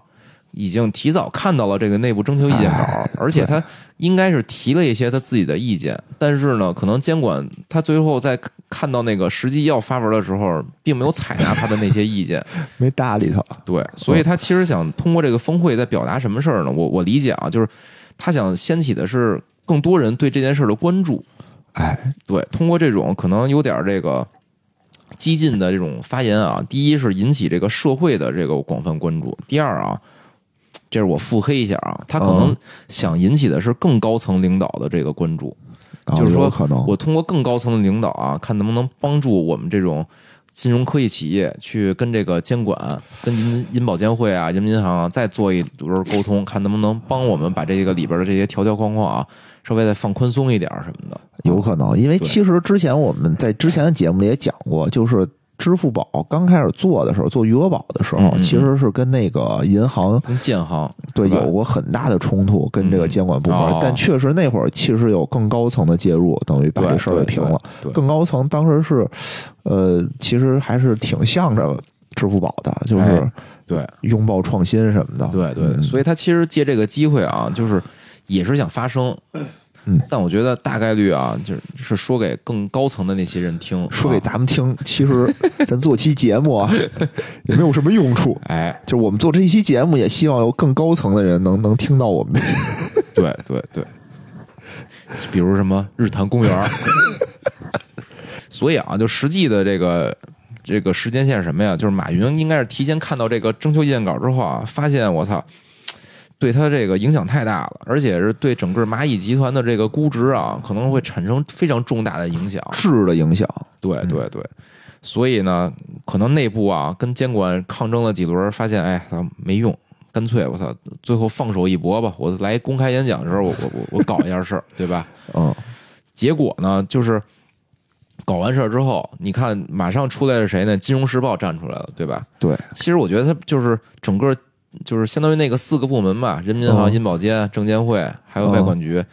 C: 已经提早看到了这个内部征求意见稿
B: 哎，
C: 而且他应该是提了一些他自己的意见，但是呢，可能监管他最后在看到那个实际要发文的时候，并没有采纳他的那些意见，
B: 没搭理他。
C: 对，
B: 嗯
C: 所以他其实想通过这个峰会在表达什么事儿呢？我我理解啊，就是他想掀起的是更多人对这件事儿的关注，
B: 哎，
C: 对，通过这种可能有点儿这个激进的这种发言啊，第一是引起这个社会的这个广泛关注，第二啊，这是我腹黑一下啊，他可能
B: 嗯
C: 想引起的是更高层领导的这个关注，就
B: 啊有
C: 是说
B: 可能
C: 我通过更高层的领导啊，看能不能帮助我们这种。金融科技企业去跟这个监管、跟银银保监会啊、人民银行啊再做一轮沟通，看能不能帮我们把这个里边的这些条条框框啊，稍微再放宽松一点儿什么的。啊
B: 有可能，因为
C: 对
B: 其实之前我们在之前的节目里也讲过，就是。支付宝刚开始做的时候，做余额宝的时候，
C: 嗯嗯嗯
B: 其实是跟那个银行
C: 跟建行
B: 对
C: 是吧
B: 有过很大的冲突，跟这个监管部门。
C: 嗯哦
B: 但确实那会儿其实有更高层的介入，等于把
C: 对
B: 这事儿给
C: 对
B: 平了。
C: 对对
B: 更高层当时是，呃，其实还是挺向着支付宝的，就是
C: 哎对
B: 拥抱创新什么的。
C: 对对，
B: 啊嗯
C: 所以他其实借这个机会啊，就是也是想发声，
B: 嗯
C: 但我觉得大概率啊，就是是说给更高层的那些人听，
B: 说给
C: 啊，
B: 咱们听，其实咱做期节目 啊，也没有什么用处。
C: 哎，
B: 就是我们做这一期节目，也希望有更高层的人能能听到我们的。
C: 对对对，比如什么日坛公园儿，所以啊，就实际的这个。这个时间线是什么呀？就是马云应该是提前看到这个征求意见稿之后啊，发现我操，对他这个影响太大了，而且是对整个蚂蚁集团的这个估值啊，可能会产生非常重大的影响。
B: 质的影响，
C: 对
B: 嗯
C: 对对，所以呢，可能内部啊跟监管抗争了几轮，发现哎操没用，干脆我操，最后放手一搏吧，我来公开演讲的时候，我我我我搞一下事儿，对吧？
B: 嗯，
C: 结果呢，就是搞完事儿之后，你看马上出来是谁呢？《金融时报》站出来了，对吧？
B: 对，
C: 其实我觉得它就是整个就是相当于那个四个部门吧，人民银行、
B: 嗯
C: 银保监、证监会还有
B: 嗯
C: 外管局，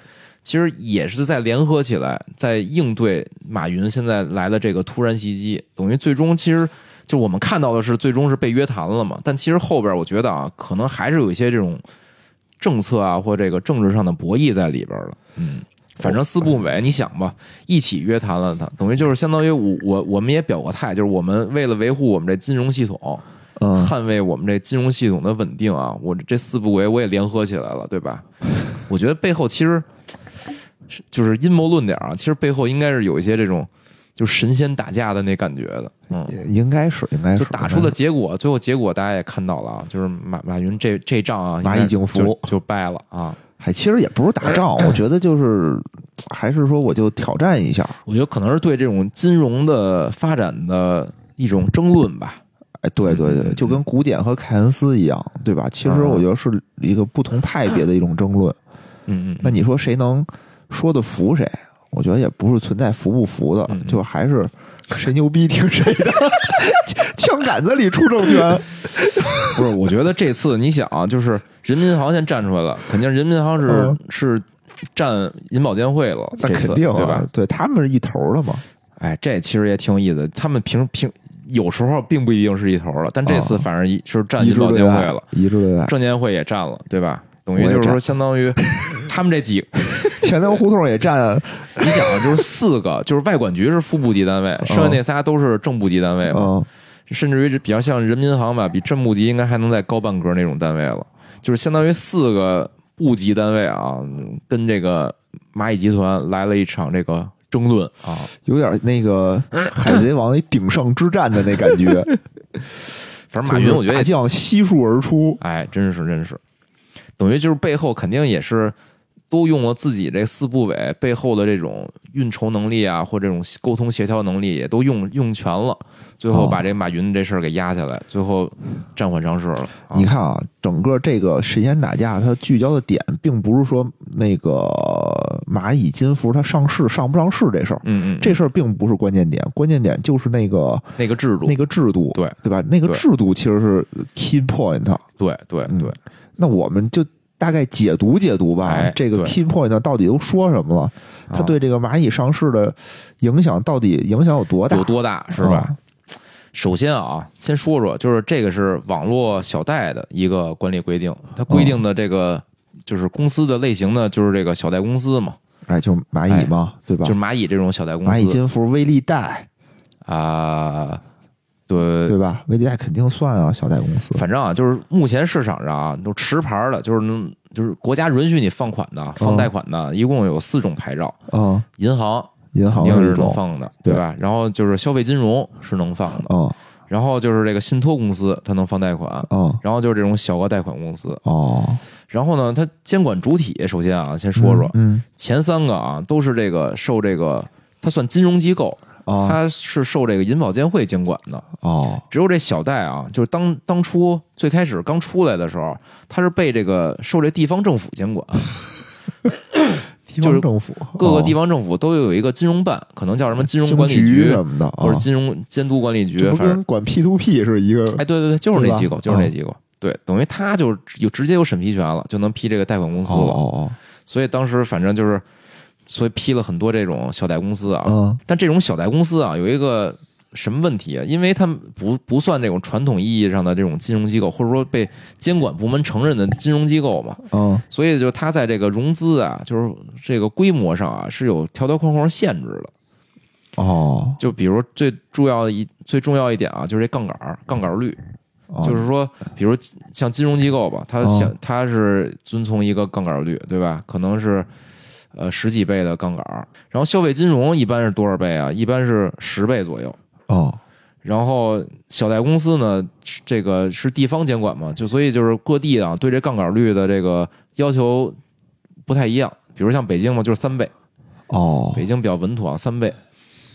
C: 其实也是在联合起来，在应对马云现在来的这个突然袭击。等于最终其实就我们看到的是最终是被约谈了嘛，但其实后边我觉得啊，可能还是有一些这种政策啊或这个政治上的博弈在里边了。嗯。反正四部委，你想吧，一起约谈了他，等于就是相当于我我我们也表过态，就是我们为了维护我们这金融系统，
B: 嗯，
C: 捍卫我们这金融系统的稳定啊！我这四部委我也联合起来了，对吧？我觉得背后其实是就是阴谋论点啊，其实背后应该是有一些这种就神仙打架的那感觉的，嗯，
B: 应该是应该是
C: 就打出的结果，最后结果大家也看到了啊，就是马马云这这仗啊，
B: 蚂蚁
C: 应该
B: 竞服
C: 就就败了啊！
B: 还其实也不是打仗，我觉得就是还是说我就挑战一下，
C: 我觉得可能是对这种金融的发展的一种争论吧，
B: 哎，对对对，就跟古典和凯恩斯一样，对吧？其实
C: 嗯
B: 我觉得是一个不同派别的一种争论。
C: 嗯嗯，
B: 那你说谁能说得服谁？我觉得也不是存在服不服的，
C: 嗯
B: 就还是谁牛逼听谁的，枪杆子里出政权。
C: 不是，我觉得这次你想啊，就是人民银行先站出来了，肯定人民银行是、
B: 嗯
C: 是站银保监会了，
B: 那
C: 这次
B: 肯定
C: 对
B: 啊
C: 吧？，
B: 对他们是一头的嘛。
C: 哎，这其实也挺有意思。他们平平有时候并不一定是一头了，但这次
B: 啊
C: 反正一是站
B: 一
C: 银
B: 致
C: 保
B: 对
C: 监会
B: 外
C: 了，，
B: 一啊致对外。
C: 证监会也占了，对吧？等于
B: 我也
C: 就是说，
B: 占
C: 相当 于他们这几，
B: 钱粮胡同也占，
C: 你想啊，就是四个，就是外管局是副部级单位，剩下那仨都是正部级单位嘛。
B: 嗯，
C: 甚至于这比较像人民银行吧，比正部级应该还能再高半格那种单位了，就是相当于四个部级单位啊，跟这个蚂蚁集团来了一场这个争论啊。
B: 有点那个海贼王那顶上之战的那感觉。
C: 反正马云，我觉得
B: 大
C: 也，
B: 将悉数而出，
C: 哎，真是真是，等于就是背后肯定也是都用了自己这四部委背后的这种运筹能力啊，或这种沟通协调能力也都用用全了，最后
B: 哦
C: 把这马云这事儿给压下来，最后暂缓上市了。啊
B: 你看啊，整个这个谁先打架，它聚焦的点并不是说那个蚂蚁金服它上市上不上市这事儿，
C: 嗯嗯，
B: 这事儿并不是关键点，关键点就是那个
C: 那个制度，
B: 那个制度，
C: 对
B: 对吧？那个
C: 对
B: 制度其实是 key point。
C: 对对
B: 嗯
C: 对。
B: 那我们就大概解读解读吧，
C: 哎
B: 这个
C: 对
B: key point 到底都说什么了？它
C: 啊
B: 对这个蚂蚁上市的影响到底影响有多大？嗯
C: 有多大是吧？首先啊，先说说，就是这个是网络小贷的一个管理规定，它规定的这
B: 嗯
C: 个就是公司的类型呢，就是这个小贷公司嘛，
B: 哎，就是蚂
C: 哎
B: 蚁嘛，对吧
C: 就是？蚂蚁这种小贷公
B: 蚂蚁
C: 司
B: 金服、微粒贷，
C: 啊，对。
B: 对吧？微粒贷肯定算啊，小贷公司。
C: 反正啊，就是目前市场上啊，都持牌的，就是能，就是国家允许你放款的、放贷款的，一共有四种牌照，
B: 嗯，
C: 银行
B: 哦银行
C: 肯定
B: 是
C: 是
B: 一
C: 能
B: 种，
C: 放的，对吧？然后就是消费金融是能放的，
B: 嗯
C: 然后就是这个信托公司它能放贷款，
B: 嗯
C: 然后就是这种小额贷款公司。
B: 哦，
C: 然后呢，它监管主体首先啊，先说说、
B: 嗯
C: 前三个啊，都是这个受这个它算金融机构，
B: 哦
C: 它是受这个银保监会监管的。
B: 哦
C: 只有这小贷啊，就是当当初最开始刚出来的时候，它是被这个受这地方政府监管，
B: 哦地
C: 就是
B: 方政府
C: 各个地
B: 方
C: 方政府都有一个金融办，可能叫什么金融
B: 金
C: 管理
B: 局
C: 局，
B: 什么的啊，
C: 或者金融监督管理局，
B: 这不
C: 反正
B: 跟管 P to P 是一个
C: 哎，对对对，就是
B: 对
C: 那
B: 吧
C: 机构，就是那
B: 嗯
C: 机构，对，等于它就有直接有审批权了，就能批这个贷款公司
B: 哦
C: 了。
B: 哦
C: 所以当时反正就是，所以批了很多这种小贷公司啊。
B: 哦，
C: 但这种小贷公司啊，有一个什么问题啊？因为他们不不算这种传统意义上的这种金融机构，或者说被监管部门承认的金融机构嘛，
B: 嗯嗯
C: 所以就是它在这个融资啊，就是这个规模上啊是有条条框框限制的。
B: 哦，
C: 就比如最重要的一最重要一点啊，就是这杠杆儿杠杆率，
B: 哦
C: 就是说，比如像金融机构吧，它
B: 哦
C: 像它是遵从一个杠杆率，对吧？可能是呃十几倍的杠杆儿，然后消费金融一般是多少倍啊？一般是十倍左右。
B: 哦
C: 然后小贷公司呢，是这个是地方监管嘛，就所以就是各地啊对这杠杆率的这个要求不太一样。比如像北京嘛，就是三倍，
B: 哦
C: 北京比较稳妥，啊，三倍。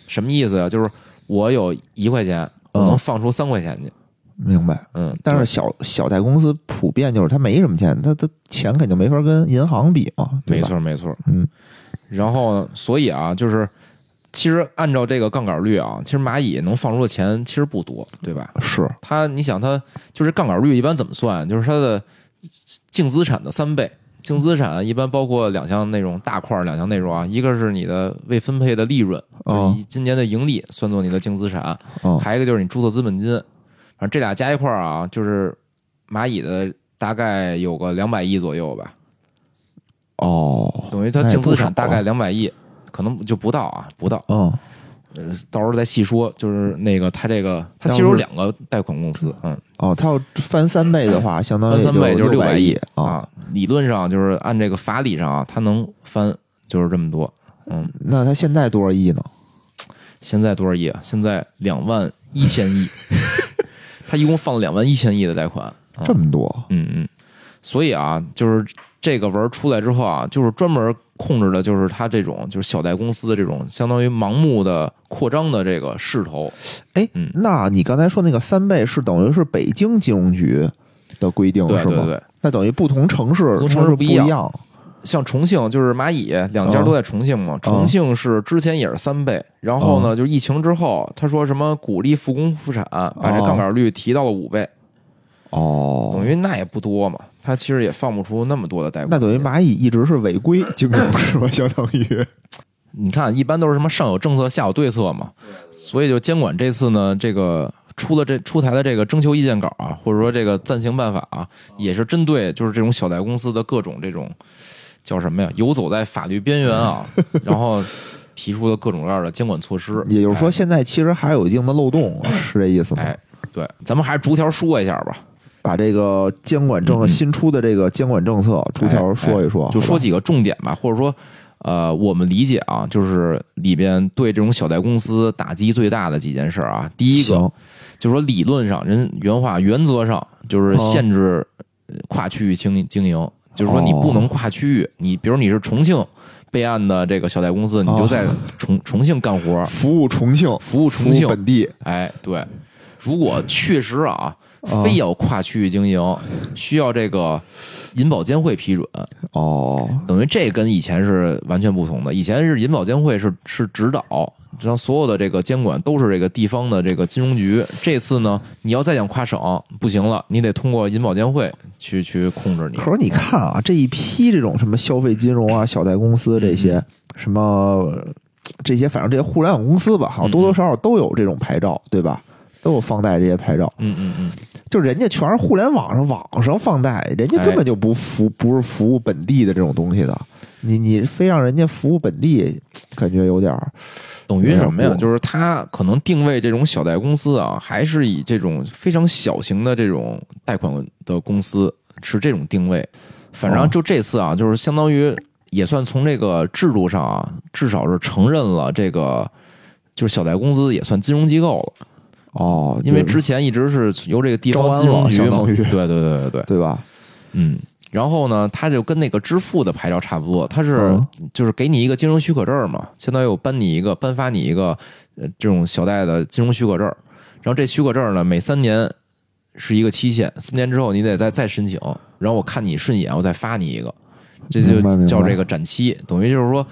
C: 什么意思啊？就是我有一块钱，我能
B: 嗯
C: 放出三块钱去。
B: 明白。
C: 嗯，
B: 但是小小贷公司普遍就是他没什么钱，他他钱肯定没法跟银行比嘛，对
C: 没
B: 吧？
C: 错，没错。
B: 嗯，
C: 然后呢，所以啊，就是其实按照这个杠杆率啊，其实蚂蚁能放出的钱其实不多，对吧？
B: 是
C: 它，你想它就是杠杆率一般怎么算？就是它的净资产的三倍。净资产一般包括两项内容，大块儿两项内容啊，一个是你的未分配的利润，
B: 哦
C: 就是以今年的盈利算作你的净资产，
B: 嗯
C: 还有一个就是你注册资本金，反正这俩加一块儿啊，就是蚂蚁的大概有个两百亿左右吧，
B: 哦
C: 等于它
B: 那也
C: 净资
B: 不少
C: 产大概
B: 啊
C: 两百亿，可能就不到啊，不到，
B: 嗯
C: 呃到时候再细说。就是那个它这个，它其实有两个贷款公司，嗯，
B: 哦，他要翻三倍的话，相当
C: 哎翻
B: 于
C: 三倍就是
B: 哎六
C: 百
B: 亿啊。
C: 啊。理论上就是按这个法理上啊，它能翻就是这么多。嗯，
B: 那他现在多少亿呢？
C: 现在多少亿啊？现在两万一千 亿，它一共放了两万一千亿的贷款。啊
B: 这么多
C: 嗯嗯，所以啊，就是这个文儿出来之后啊，就是专门控制的，就是它这种就是小贷公司的这种相当于盲目的扩张的这个势头。
B: 哎
C: 嗯，
B: 那你刚才说那个三倍是等于是北京金融局的规定
C: 对
B: 是
C: 对
B: 吗？
C: 对，
B: 那等于不同城市
C: 不同
B: 它
C: 城市
B: 是不
C: 不一样
B: 样
C: 像重庆，就是蚂蚁两家
B: 嗯嗯
C: 都在重庆嘛。重庆是之前也是三倍，然后呢，就是疫情之后，他说什么鼓励复工复产，把这
D: 哦
C: 杠杆率提到了五倍，
D: 哦，
C: 等于那也不多嘛。他其实也放不出那么多的贷款。
B: 那等于蚂蚁一直是违规经营是吧？ 相当于
C: 你看，一般都是什么上有政策，下有对策嘛。所以就监管这次呢，这个出了这出台的这个征求意见稿啊，或者说这个暂行办法啊，也是针对就是这种小贷公司的各种这种叫什么呀，游走在法律边缘啊， 然后提出了各种各样的监管措施。
B: 也就是说，现在其实还有一定的漏洞，是这意思吗？
C: 哎，对，咱们还是逐条说一下吧，
B: 把这个监管
C: 嗯
B: 政策新出的这个监管政策逐条说一说，
C: 哎就
B: 好
C: 说
B: 吧
C: 几个重点吧，或者说。呃，我们理解啊，就是里边对这种小贷公司打击最大的几件事儿啊。第一个
B: 行
C: 就说理论上，人原话原则上
B: 哦
C: 就是限制呃跨区域经经营，就
B: 哦
C: 是说你不能跨区域，你比如你是重庆备案的这个小贷公
B: 哦
C: 司，你就在重 重庆干活，
B: 服务重庆，
C: 服务啊重
B: 服务
C: 庆。
B: 本地，
C: 哎，对，如果确实啊
B: 哦，
C: 非要跨区域经营，需要这个银保监会批准，
D: 哦，
C: 等于这跟以前是完全不同的。以前是银保监会是是指导，然后所有的这个监管都是这个地方的这个金融局。这次呢，你要再想跨省不行了，你得通过银保监会去去控制你。
B: 可是你看啊，这一批这种什么消费金融啊、小贷公司这些
C: 嗯
B: 什么这些，反正这些互联网公司吧，好像多
C: 嗯
B: 多少少都有这种牌照，对吧？都有放贷这些牌照，
C: 嗯嗯嗯，
B: 就人家全是互联网上网上放贷，人家根
C: 哎
B: 本就不服不是服务本地的这种东西的。你你非让人家服务本地，感觉有点儿
C: 等于什么
B: 没
C: 呀
B: 有？过
C: 就是它可能定位这种小贷公司啊，还是以这种非常小型的这种贷款的公司是这种定位。反
B: 哦
C: 正就这次啊，就是相当于也算从这个制度上啊，至少是承认了这个。就是小贷公司也算金融机构了，
B: 哦，
C: 因为
B: 对
C: 之前一直是由这个地
B: 招
C: 方
B: 安
C: 金融
B: 了
C: 局
B: 相
C: 嘛，
B: 当于
C: 对对对对对，
B: 对吧？
C: 嗯，然后呢，它就跟那个支付的牌照差不多，它是
B: 嗯
C: 就是给你一个金融许可证儿嘛，相当于我颁你一个颁发你一个呃这种小贷的金融许可证儿，然后这许可证儿呢每三年是一个期限，三年之后你得再再申请，然后我看你顺眼，我再发你一个，这就
B: 明白明白
C: 叫这个展期，等于就是说，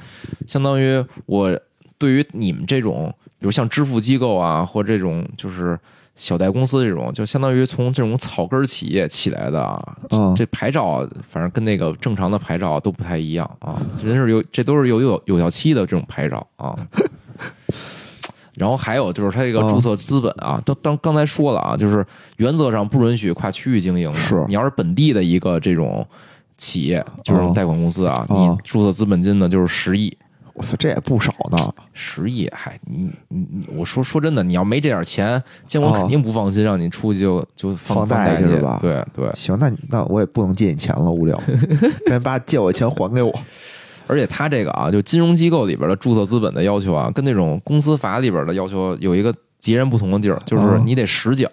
C: 相当于我对于你们这种，比如像支付机构啊，或这种就是小贷公司这种，就相当于从这种草根儿企业起来的啊，
B: 嗯
C: 这牌照反正跟那个正常的牌照都不太一样啊，真是有这都是有有有效期的这种牌照啊。 然后还有就是它这个
B: 嗯
C: 注册资本啊，都当刚才说了啊，就是原则上不允许跨区域经营的。
B: 是
C: 你要是本地的一个这种企业，就是
B: 哦
C: 贷款公司啊，
B: 哦
C: 你注册资本金呢就是十亿，
B: 我操，这也不少呢。
C: 十亿，嗨，你你你，我说说真的，你要没这点钱，监管
B: 哦
C: 肯定不放心让你出去就就
B: 放
C: 放
B: 贷
C: 贷
B: 去了吧
C: 对对，
B: 行，那你那我也不能借你钱了， 无聊。干爸借我钱还给我。
C: 而且它这个啊，就金融机构里边的注册资本的要求啊，跟那种公司法里边的要求有一个截然不同的地儿，就是
B: 哦
C: 你得实缴，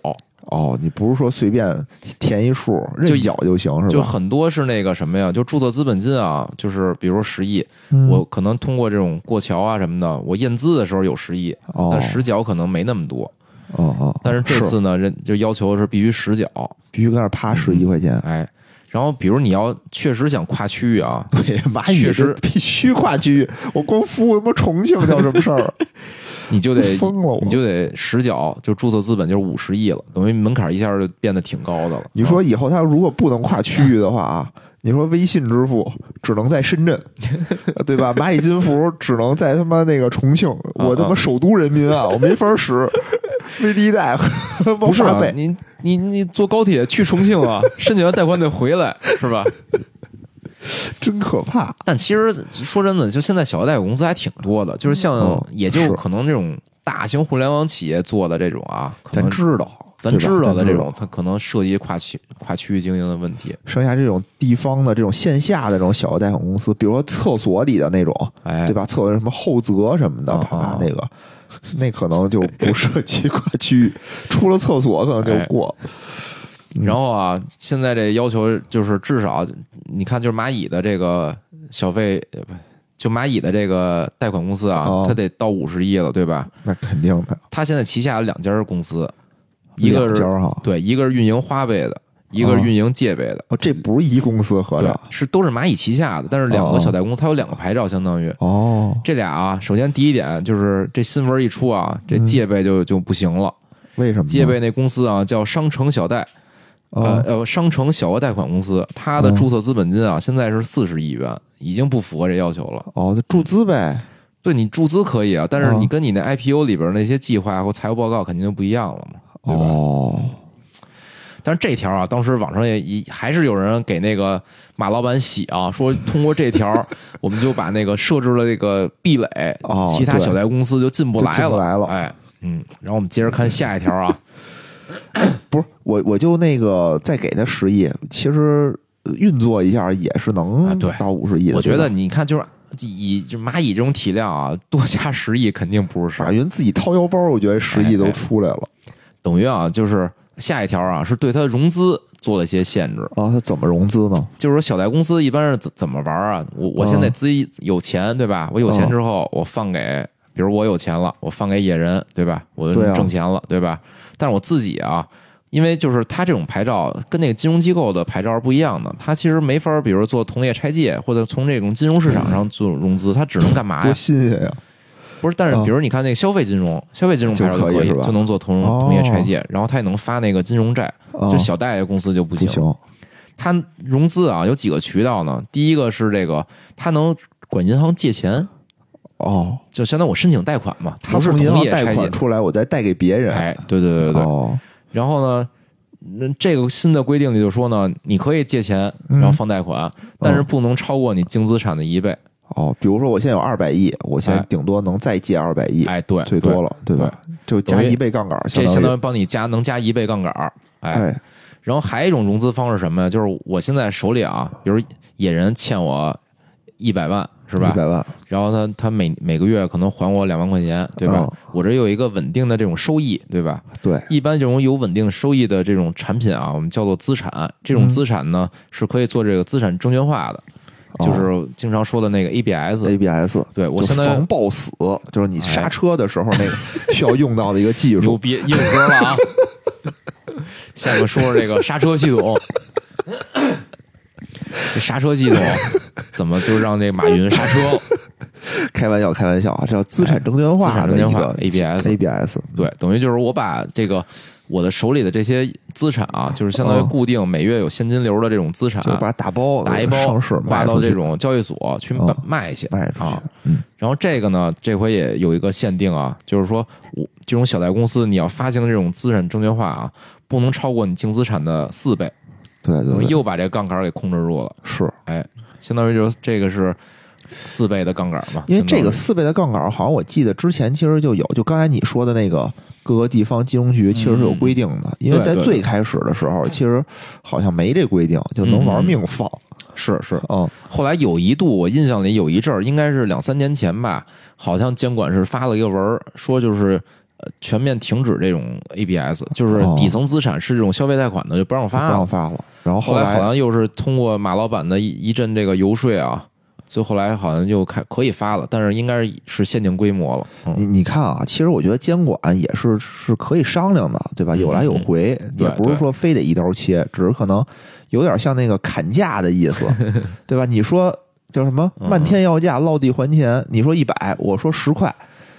B: 哦，你不是说随便填一数
C: 就
B: 认缴就行是吧？
C: 就很多是那个什么呀，就注册资本金啊，就是比如说十亿，
B: 嗯
C: 我可能通过这种过桥啊什么的，我验资的时候有十亿，
B: 哦
C: 但实缴可能没那么多。
B: 哦哦，
C: 但是这次呢，人就要求是必须实缴，
B: 必须搁那儿趴十一块钱。
C: 哎，然后比如你要确实想跨区域啊，
B: 对， 蚂蚁
C: 确
B: 是
C: 实
B: 必须跨区域，我光服务他妈重庆叫什么事 儿？
C: 你就得
B: 疯了我！
C: 你就得实缴，就注册资本就是五十亿了，等于门槛一下就变得挺高的了。啊
B: 你说以后他如果不能跨区域的话 啊，你说微信支付只能在深圳，对吧？蚂蚁金服只能在他妈那个重
C: 啊
B: 庆，我他妈首都人民啊，我没法 使。微第一 代和
C: 不是、
B: 华
C: 啊、
B: 北，
C: 你你你坐高铁去重庆啊，申请完贷款得回来是吧？
B: 真可怕。
C: 但其实说真的，就现在小额贷款公司还挺多的，就是像
B: 嗯
C: 也
B: 是
C: 就可能这种大型互联网企业做的这种啊，可
B: 咱
C: 能
B: 知道，
C: 咱
B: 对吧
C: 知道的
B: 咱
C: 这种，它可能涉及跨区跨区域经营的问题。
B: 剩下这种地方的这种线下的这种小额贷款公司，比如说厕所里的那种，
C: 哎，
B: 对吧？厕所什么厚泽什么的，
C: 啊
B: 啪
C: 啊
B: 啪
C: 啊
B: 那个，那可能就不涉及跨区域，出了厕所可能
C: 哎
B: 就过。嗯
C: 然后啊，现在这要求就是至少，你看就是蚂蚁的这个小费，呃不就蚂蚁的这个贷款公司啊，
B: 哦
C: 它得到五十亿了，对吧？
B: 那肯定的，
C: 它现在旗下有两家公司，一个
B: 两
C: 是
B: 家哈，
C: 对，一个是运营花呗的，一个是运营界备的，
B: 哦，这不是一公司合
C: 对
B: 的，
C: 是都是蚂蚁旗下的，但是
B: 哦
C: 两个小代工，它有两个牌照，相当于
D: 哦，
C: 这俩啊。首先第一点就是这新闻一出啊，这
B: 嗯
C: 界备就就不行了。
B: 为什么呢？
C: 界备那公司啊叫商城小贷，呃
B: 哦
C: 呃，商城小额贷款公司，它的
B: 嗯
C: 注册资本金啊现在是四十亿元，已经不符合这要求了。
B: 哦，就注资呗，
C: 对你注资可以啊，但是
B: 嗯
C: 你跟你那 IPO 里边那些计划和财务报告肯定就不一样了嘛，对吧？
D: 哦，
C: 但是这条啊，当时网上也一还是有人给那个马老板洗啊，说通过 这条，我们就把那个设置了这个壁垒，
B: 哦
C: 其他
B: 对
C: 小贷公司就进不来
B: 就进
C: 了，
B: 不来了嗯
C: 哎，嗯，然后我们接着看下一条啊，
B: 不是我我就那个再给他十亿，其实呃运作一下也是
C: 啊
B: 能
C: 对
B: 到五十亿的。
C: 我觉得
B: 对吧
C: 你看就是以就蚂蚁这种体量啊，多加十亿肯定不是事儿
B: 马，云自己掏腰包，我觉得十亿
C: 哎
B: 都
C: 哎
B: 出来了。
C: 等于啊，就是下一条啊，是对它融资做了一些限制。
B: 啊，他怎么融资呢？
C: 就是说，小贷公司一般是怎怎么玩啊？我我现在
B: 嗯
C: 自己有钱，对吧？我有钱之后，我放给，比如我有钱了，我放给野人，对吧？我
B: 对啊
C: 挣钱了，对吧？但是我自己啊，因为就是他这种牌照跟那个金融机构的牌照是不一样的，他其实没法，比如做同业拆借或者从这种金融市场上做融资，他只能干嘛
B: 多
C: 哎呀？
B: 新鲜呀！
C: 不是，但是
B: 嗯
C: 比如你看那个消费金融，消费金融牌照就
B: 就可以是吧
C: 就能做同
B: 哦
C: 同业拆借，然后他也能发那个金融债，
B: 啊
C: 就小贷公司就不
B: 不
C: 行。
B: 行
C: 它融资啊有几个渠道呢？第一个是这个，它能管银行借钱，
B: 哦，
C: 就相当于我申请贷款嘛，
B: 他
C: 不是
B: 从银
C: 同
B: 行
C: 业
B: 贷
C: 拆借
B: 款。出来，我再贷给别人。
C: 哎，对对对对。
D: 哦，
C: 然后呢，那这个新的规定里就说呢，你可以借钱，
B: 嗯
C: 然后放贷款，但是不能超过你净资产的一倍。
B: 哦，比如说我现在有二百亿，我现在
C: 哎
B: 顶多能再借二百亿，
C: 哎，对，
B: 最多了，对吧？就加
C: 等于
B: 一倍杠杆，
C: 对，这相当
B: 于
C: 于帮你加能加一倍杠杆儿。哎，
B: 哎
C: 然后还有一种融资方式是什么呀？就是我现在手里啊，比如野人欠我一百万，是吧
B: 一？百万，
C: 然后他他每每个月可能还我两万块钱，对吧？
B: 嗯
C: 我这有一个稳定的这种收益，对吧？
B: 对，
C: 一般这种有稳定收益的这种产品啊，我们叫做资产。这种
B: 嗯
C: 资产呢、是可以做这个资产证券化的，
B: 哦
C: 就是经常说的那个 ABS、
B: ABS，
C: 对我
B: 就
C: 现在
B: 防抱死，就是
C: 哎
B: 你刹车的时候 那个需要用到的一个技
C: 牛
B: 术。
C: 逼硬核了 啊！下面说说这个刹车系统，这刹车系统怎么就让这个马云刹车了？
B: 开玩笑，开玩笑啊，这叫资产证券化的
C: 哎资产证
B: 一
C: 券化
B: 个
C: ABS
B: ABS，
C: 对，等于就是我把这个我的手里的这些资产啊，就是相当于
B: 嗯
C: 固定每月有现金流的这种资产，
B: 就是把它打包
C: 啊打一包
B: 上市
C: 挂
B: 卖
C: 到
B: 出去
C: 这种交易所去
B: 嗯
C: 卖卖去
B: 卖出去嗯
C: 啊。然后这个呢，这回也有一个限定啊，就是说我这种小贷公司，你要发行这种资产证券化啊，不能超过你净资产的四倍，
B: 对对对，
C: 又把这杠杆给控制住了。
B: 是
C: 哎，相当于就是这个是四倍的杠杆嘛，
B: 因为
C: 相当
B: 这
C: 于
B: 个四倍的杠杆，好像我记得之前其实就有，就刚才你说的那个各个地方金融局其实是有规定的，因为
C: 嗯对
B: 在
C: 对
B: 最开始的时候，其实好像没这规定，就
C: 嗯
B: 能玩命放。
C: 是是
B: 嗯，
C: 后来有一度，我印象里有一阵儿，应该是两三年前吧，好像监管是发了一个文儿，说就是呃全面停止这种 ABS，就是
B: 哦
C: 底层资产是这种消费贷款的，就不让
B: 不
C: 发
B: 让
C: 了。
B: 发了。然后
C: 后来
B: 来
C: 好像又是通过马老板的一一阵这个游说啊，最后来好像就开可以发了，但是应该是是限定规模了。嗯，
B: 你你看啊，其实我觉得监管也是是可以商量的，对吧？有来有回，
C: 嗯对
B: 也不是说非得一刀切，只是可能有点像那个砍价的意 思，对吧？你说叫什么
C: 嗯
B: 漫天要价，落地还钱，你说一百，我说十块，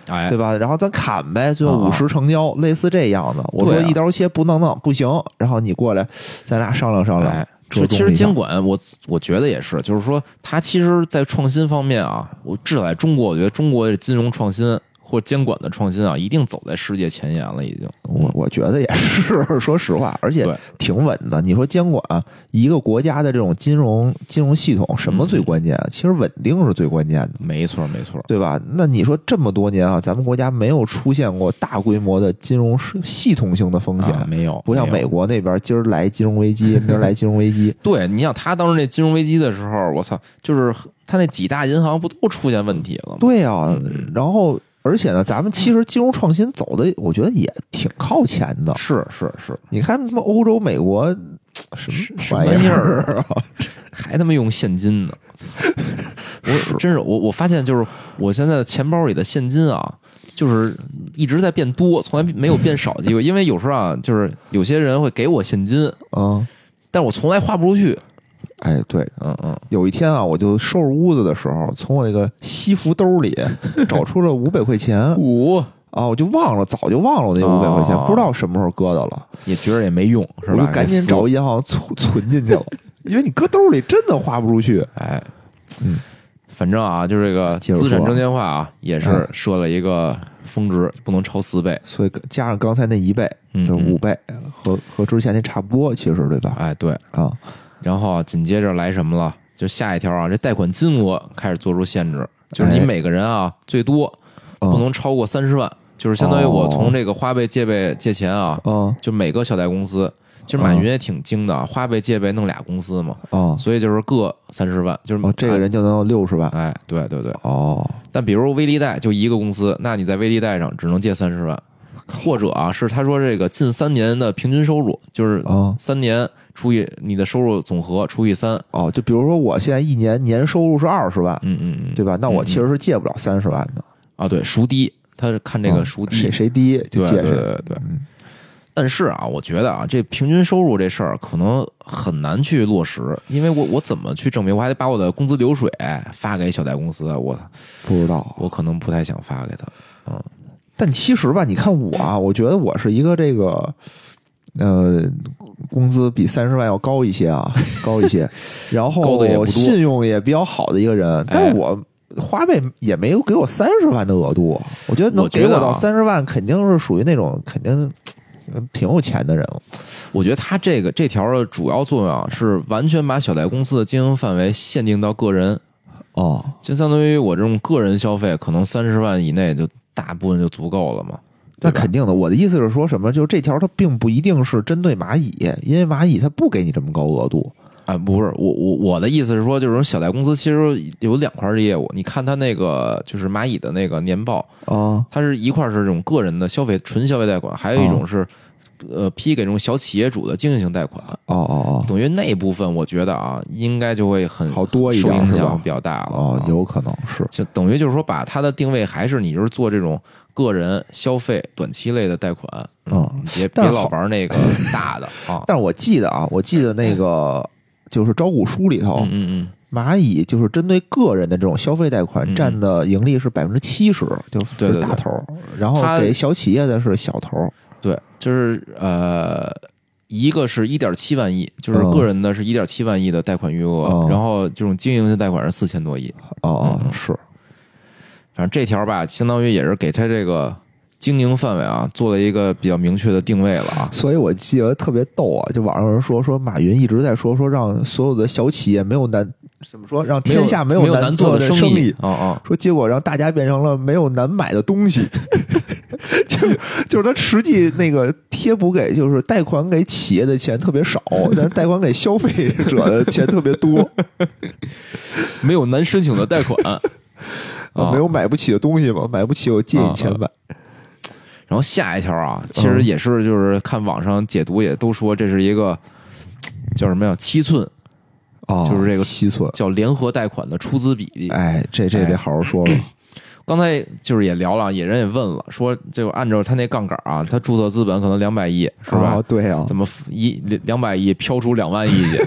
C: 哎，
B: 对吧？然后咱砍呗，最后
C: 啊
B: 五十成交，类似这样的。我
C: 对
B: 说
C: 啊
B: 一刀切不能弄，不行。然后你过来，咱俩商量商量
C: 哎，，
B: 折
C: 这其
B: 中
C: 实
B: 一下
C: 监。管我我觉得也是，就是说它其实，在创新方面啊，我至少在中国，我觉得中国的金融创新或者监管的创新啊，一定走在世界前沿了，已经。
B: 我我觉得也是， 说实话，而且
C: 对
B: 挺稳的。你说监管一个国家的这种金融金融系统，什么最
C: 嗯
B: 关键？啊其实稳定是最关键的。
C: 没错，没错，
B: 对吧？那你说这么多年啊，咱们国家没有出现过大规模的金融系系统性的风险，
C: 啊、没有，
B: 不像
C: 没
B: 美
C: 有。
B: 国那边今儿来金融危 机，明儿来金融危机，
C: 对，你想他当时那金融危机的时候，我操，就是他那几大银行不都出现问题了吗？
B: 对啊
C: 嗯，
B: 然后而且呢，咱们其实金融创新走的，我觉得也挺靠前的。
C: 是是是，
B: 你看他妈欧洲、美国
C: 什
B: 什
C: 什
B: 么
C: 么
B: 玩意
C: 意
B: 儿
C: 儿啊？还他妈用现金呢！我 操！我真是我我发现就是我现在钱包里的现金啊，就是一直在变多，从来没有变少的机会。因为有时候啊，就是有些人会给我现金，
B: 啊，
C: 但是我从来花不出去。
B: 哎，对，
C: 嗯嗯，
B: 有一天啊，我就收拾屋子的时候，从我那个西服兜 里找出了五百块钱
C: 五
B: 啊，我就忘了，早就忘了我那五百块钱，
C: 哦
B: 不知道什么时候搁的了，
C: 也觉得也没用，是
B: 我就
C: 吧？
B: 赶紧
C: 给撕
B: 找银行存 存进去了，因为你搁兜里真的花不出去。
C: 哎，
B: 嗯，
C: 反正啊，就是这个
B: 接着说
C: 资产证券化啊，也是
B: 嗯
C: 设了一个峰值，不能超四倍。
B: 所以加上刚才那一倍，
C: 嗯
B: 就是五倍，和和之前那差不多，其实对吧？
C: 哎，对。
B: 啊，
C: 然后啊紧接着来什么了？就下一条啊，这贷款金额开始做出限制，就是你
B: 哎
C: 每个人啊，最多
B: 嗯哦
C: 不能超过三十万，就是相当于我从这个花呗、借呗借钱啊，
B: 啊
C: 就每个小贷公司。其实
B: 嗯
C: 马云也挺精的啊，花呗、借呗弄俩公司嘛，
B: 啊，
C: 所以就是各三十万，就是
B: 哦，这个人就能有六十万。
C: 哎，对对对。
B: 哦，
C: 但比如微利贷就一个公司，那你在微利贷上只能借三十万，或者啊是他说这个近三年的平均收入，就是
B: 啊
C: 三年除以你的收入总和除以三，
B: 哦，就比如说我现在一年年收入是二十万，
C: 嗯嗯嗯，
B: 对吧？那我其实是借不了三十万的。
C: 啊对，孰低，他是看这个
B: 嗯
C: 孰低，
B: 谁谁低就
C: 对
B: 借
C: 对对
B: 谁。
C: 对对
B: 嗯
C: 但是啊，我觉得啊，这平均收入这事儿可能很难去落实，因为我我怎么去证明？我还得把我的工资流水发给小贷公司，我
B: 不知道。
C: 我可能不太想发给他，嗯
B: 但其实吧，你看我啊，我觉得我是一个这个，呃，工资比三十万要高一些啊，高一些，然
C: 高的也不
B: 后
C: 多哎
B: 信用也比较好的一个人，但我。花呗也没有给我三十万的额度，我觉得能
C: 我觉
B: 给
C: 得
B: 我
C: 啊
B: 到三十万，肯定是属于那种肯定嗯挺有钱的人了。
C: 我觉得他这个这条的主要作用啊，是完全把小贷公司的经营范围限定到个人，
B: 哦，
C: 就相当于我这种个人消费，可能三十万以内就大部分就足够了嘛。
B: 那
C: 对吧
B: 肯定的，我的意思是说什么？就是这条它并不一定是针对蚂蚁，因为蚂蚁它不给你这么高额度。
C: 啊，不是我我我的意思是说，就是说小贷公司其实有两块业务，你看他那个就是蚂蚁的那个年报，
B: 哦
C: 它是一块是这种个人的消费纯消费贷款，还有一
B: 啊
C: 种是呃批给这种小企业主的经营型贷款。
B: 哦哦
C: 等于那部分，我觉得啊，应该就会很
B: 好多一
C: 受
B: 点
C: 影
B: 是吧
C: 响比较大
B: 哦哦
C: 了啊，
B: 有可能是
C: 就等于就是说，把它的定位还是你就是做这种个人消费短期类的贷款，
B: 嗯。
C: 你别
B: 但
C: 别
B: 是
C: 老
B: 好
C: 玩那个大 的啊。
B: 但是我记得啊，我记得那个就是招股书里头
C: 嗯，嗯
B: 蚂蚁就是针对个人的这种消费贷
C: 嗯
B: 款
C: 嗯
B: 占的盈利是百分之七十，就
C: 对
B: 是
C: 对
B: 大
C: 对
B: 头儿，然后
C: 它
B: 给小企业的是小头儿。哦
C: 嗯，对，就是呃，一个是一点七万亿，就是
B: 嗯
C: 个人的是一点七万亿的贷款余额，
B: 嗯
C: 然后这种经营性贷款是四千多亿。
B: 哦
C: 嗯嗯
B: 是
C: 反正这条吧，相当于也是给它这个经营范围啊做了一个比较明确的定位了啊。
B: 所以我记得特别逗啊，就网上有人说说马云一直在说说让所有的小企业没有难怎么说让天下
C: 没
B: 有
C: 有
B: 难
C: 做
B: 的
C: 生
B: 意，
C: 啊啊！
B: 说结果让大家变成了没有难买的东西， 就是就是他实际那个贴补给就是贷款给企业的钱特别 少，但是贷款给消费者的钱特别多，
C: 没有难申请 的贷款。
B: 啊没有买不起的东西嘛，买不起我借你钱买，
C: 然后下一条啊，其
B: 嗯
C: 实也是就是看网上解读也都说这是一个叫什么呀？七寸
B: 哦
C: 啊就是这个
B: 七寸，
C: 叫联合贷款的出资比例。
B: 哎，这这得
C: 哎
B: 好好说说，
C: 刚才就是也聊了，也人也问了，说这个按照他那杠杆啊，他注册资本可能两百亿是吧？
B: 啊对啊，
C: 怎么一两百亿飘出两万亿去？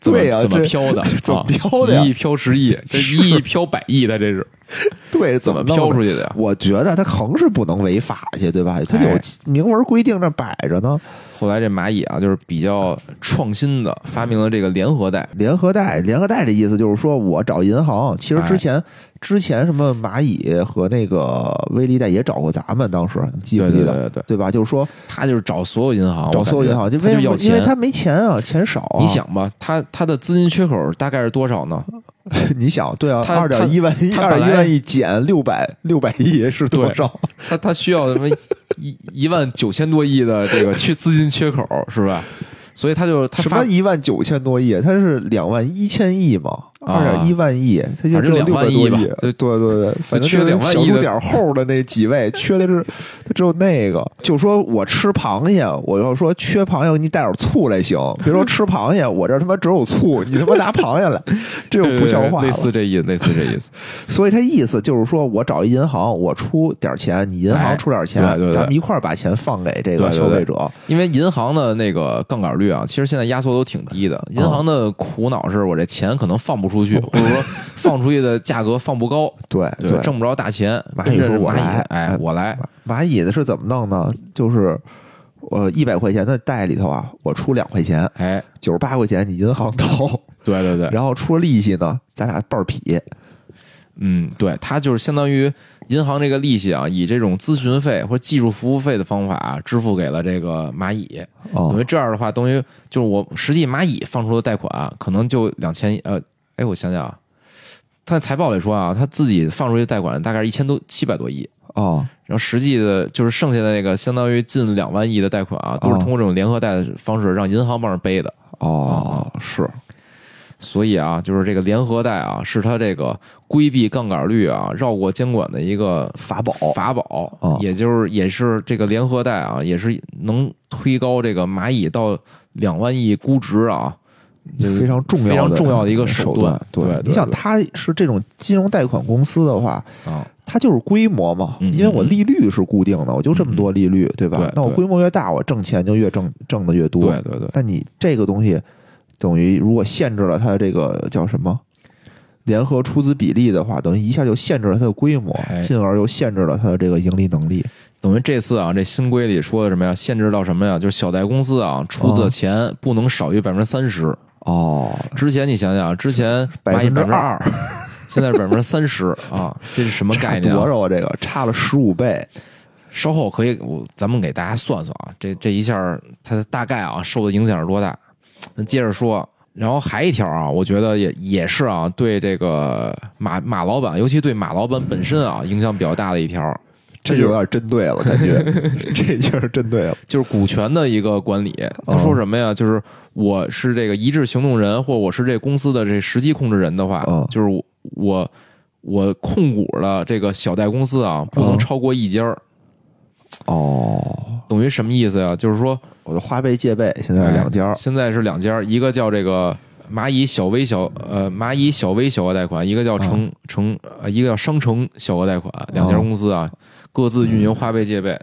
C: 怎么
B: 对呀
C: 怎么
B: 这
C: 飘的？
B: 怎么
C: 啊
B: 飘的呀
C: 一亿飘十 亿，这一亿飘百亿的，这 是
B: 对
C: 怎
B: 么
C: 么
B: 弄
C: 飘
B: 的
C: 出去的呀？
B: 我觉得他横是不能违法去，对吧？他有
C: 哎
B: 明文规定那摆着呢。
C: 后来这蚂蚁啊，就是比较创新的，发明了这个联合贷，
B: 联合贷，联合贷的意思就是说我找银行，其实
C: 哎
B: 之前、之前什么蚂蚁和那个微利贷也找过咱们，当时你记不
C: 对
B: 记
C: 对
B: 得？
C: 对对对，
B: 吧？就是说
C: 他就是找所有银行，
B: 找
C: 我感觉
B: 所有银行，
C: 他
B: 为
C: 就
B: 什
C: 要
B: 么？
C: 钱
B: 因为他没钱啊，钱少、啊。
C: 你，想吧，他他的资金缺口大概是多少 呢？
B: 你想，对啊，
C: 他
B: 二点一万亿，
C: 他
B: 二
C: 本
B: 点
C: 来
B: 一万亿减六百六百亿是多
C: 对
B: 少？
C: 他他需要什么一一万九千多亿的这个缺资金缺口是吧？所以他就他
B: 什
C: 发
B: 么一万九千多亿？它是两万一千亿嘛？二点一万亿，它就
C: 啊反正
B: 只有
C: 两
B: 六
C: 万
B: 百多
C: 亿吧
B: 对
C: 就
B: 对对，反正
C: 缺
B: 就是
C: 两万
B: 小
C: 亿
B: 数
C: 的
B: 点后的那几 位，缺的是它只有那个。就说我吃螃蟹，我要说缺螃蟹，你带点醋来行。别说吃螃蟹，我这他妈只有醋，你他妈拿螃 蟹来，这就不像话
C: 类
B: 了。
C: 似这意思，类似这意思。
B: 所以他意思就是说，我找一银行，我出点钱，你银行
C: 哎
B: 出点钱，
C: 对对对
B: 咱们一块儿把钱放给这个
C: 对对对
B: 消费者。
C: 因为银行的那个杠杆率啊，其实现在压缩都挺低的。
B: 嗯
C: 银行的苦恼是我这钱可能放不出去，或者说放出去的价格放不高，
B: 哦对
C: 对，挣不着大钱。
B: 蚂
C: 跟
B: 蚁
C: 着
B: 说我
C: 蚂蚁
B: 来哎
C: 哎，我来，
B: 蚂蚁的是怎么弄呢？就是我一百块钱的袋里头啊，我出两块钱，
C: 哎，
B: 九十八块钱你银行掏，
C: 对对对，
B: 然后出了利息呢，咱俩半儿劈。
C: 嗯，对，它就是相当于银行这个利息啊，以这种咨询费或者技术服务费的方法、啊支付给了这个蚂蚁。等
B: 哦
C: 于这样的话，等于就是我实际蚂蚁放出的贷款、啊可能就两千呃，哎，我想想啊，他财报里说啊，他自己放出去的贷款大概是一千多七百多亿，
D: 哦
C: 然后实际的就是剩下的那个相当于近两万亿的贷款啊，都是
D: 哦
C: 通过这种联合贷的方式让银行帮着背的。
D: 哦，
B: 是
C: 所以啊，就是这个联合贷啊，是它这个规避杠杆率啊、绕过监管的一个
B: 法宝
C: 法宝，
B: 哦
C: 也就是也是这个联合贷啊，也是能推高这个蚂蚁到两万亿估值啊，就是
B: 非常重要的
C: 非常重要的一个
B: 手
C: 手段
B: 对，
C: 对对
B: 你想，它是这种金融贷款公司的话，
C: 啊，
B: 它就是规模嘛，
C: 嗯
B: 因为我利率是固定的，我就这么多利率，对吧
C: 对？
B: 那我
C: 对
B: 规模越大，我挣钱就越挣挣的越多。
C: 对对对，
B: 但你这个东西等于如果限制了它的这个叫什么联合出资比例的话，等于一下就限制了它的规模，
C: 哎
B: 进而又限制了它的这个盈利能力。
C: 等于这次啊，这新规里说的什么呀？限制到什么呀？就是小贷公司啊出的钱不能少于百分之三十。
D: 哦，
C: 之前你想啊想，之前
B: 百
C: 蚂蚁
B: 分之
C: 百分之二，现在是百分之三十 啊，这是什么概
B: 差
C: 念、啊？
B: 多少啊？这个差了十五倍，
C: 稍后可以，我咱们给大家算算啊，这这一下儿它大概啊受的影响是多大？那接着说，然后还一条啊，我觉得也也是啊，对这个马马老板，尤其对马老板本身啊，影响比较大的一条，
B: 这就
C: 这就
B: 有点针对了，感 觉这就是针对了。
C: 就是股权的一个管理。他说什么呀？就是我是这个一致行动人，或我是这公司的这实际控制人的话
B: 嗯，
C: 就是我我我控股的这个小贷公司啊，不能
B: 嗯
C: 超过一家儿。
D: 哦，
C: 等于什么意思呀？就是说。
B: 我的花呗、借呗现在
C: 哎
B: 是两家儿，
C: 现在是两家，一个叫这个蚂蚁小微小呃蚂蚁小微小额贷款，一个叫
B: 啊
C: 城城呃一个叫商城小额贷款，两家公司啊
B: 哦
C: 各自运营花呗借 呗。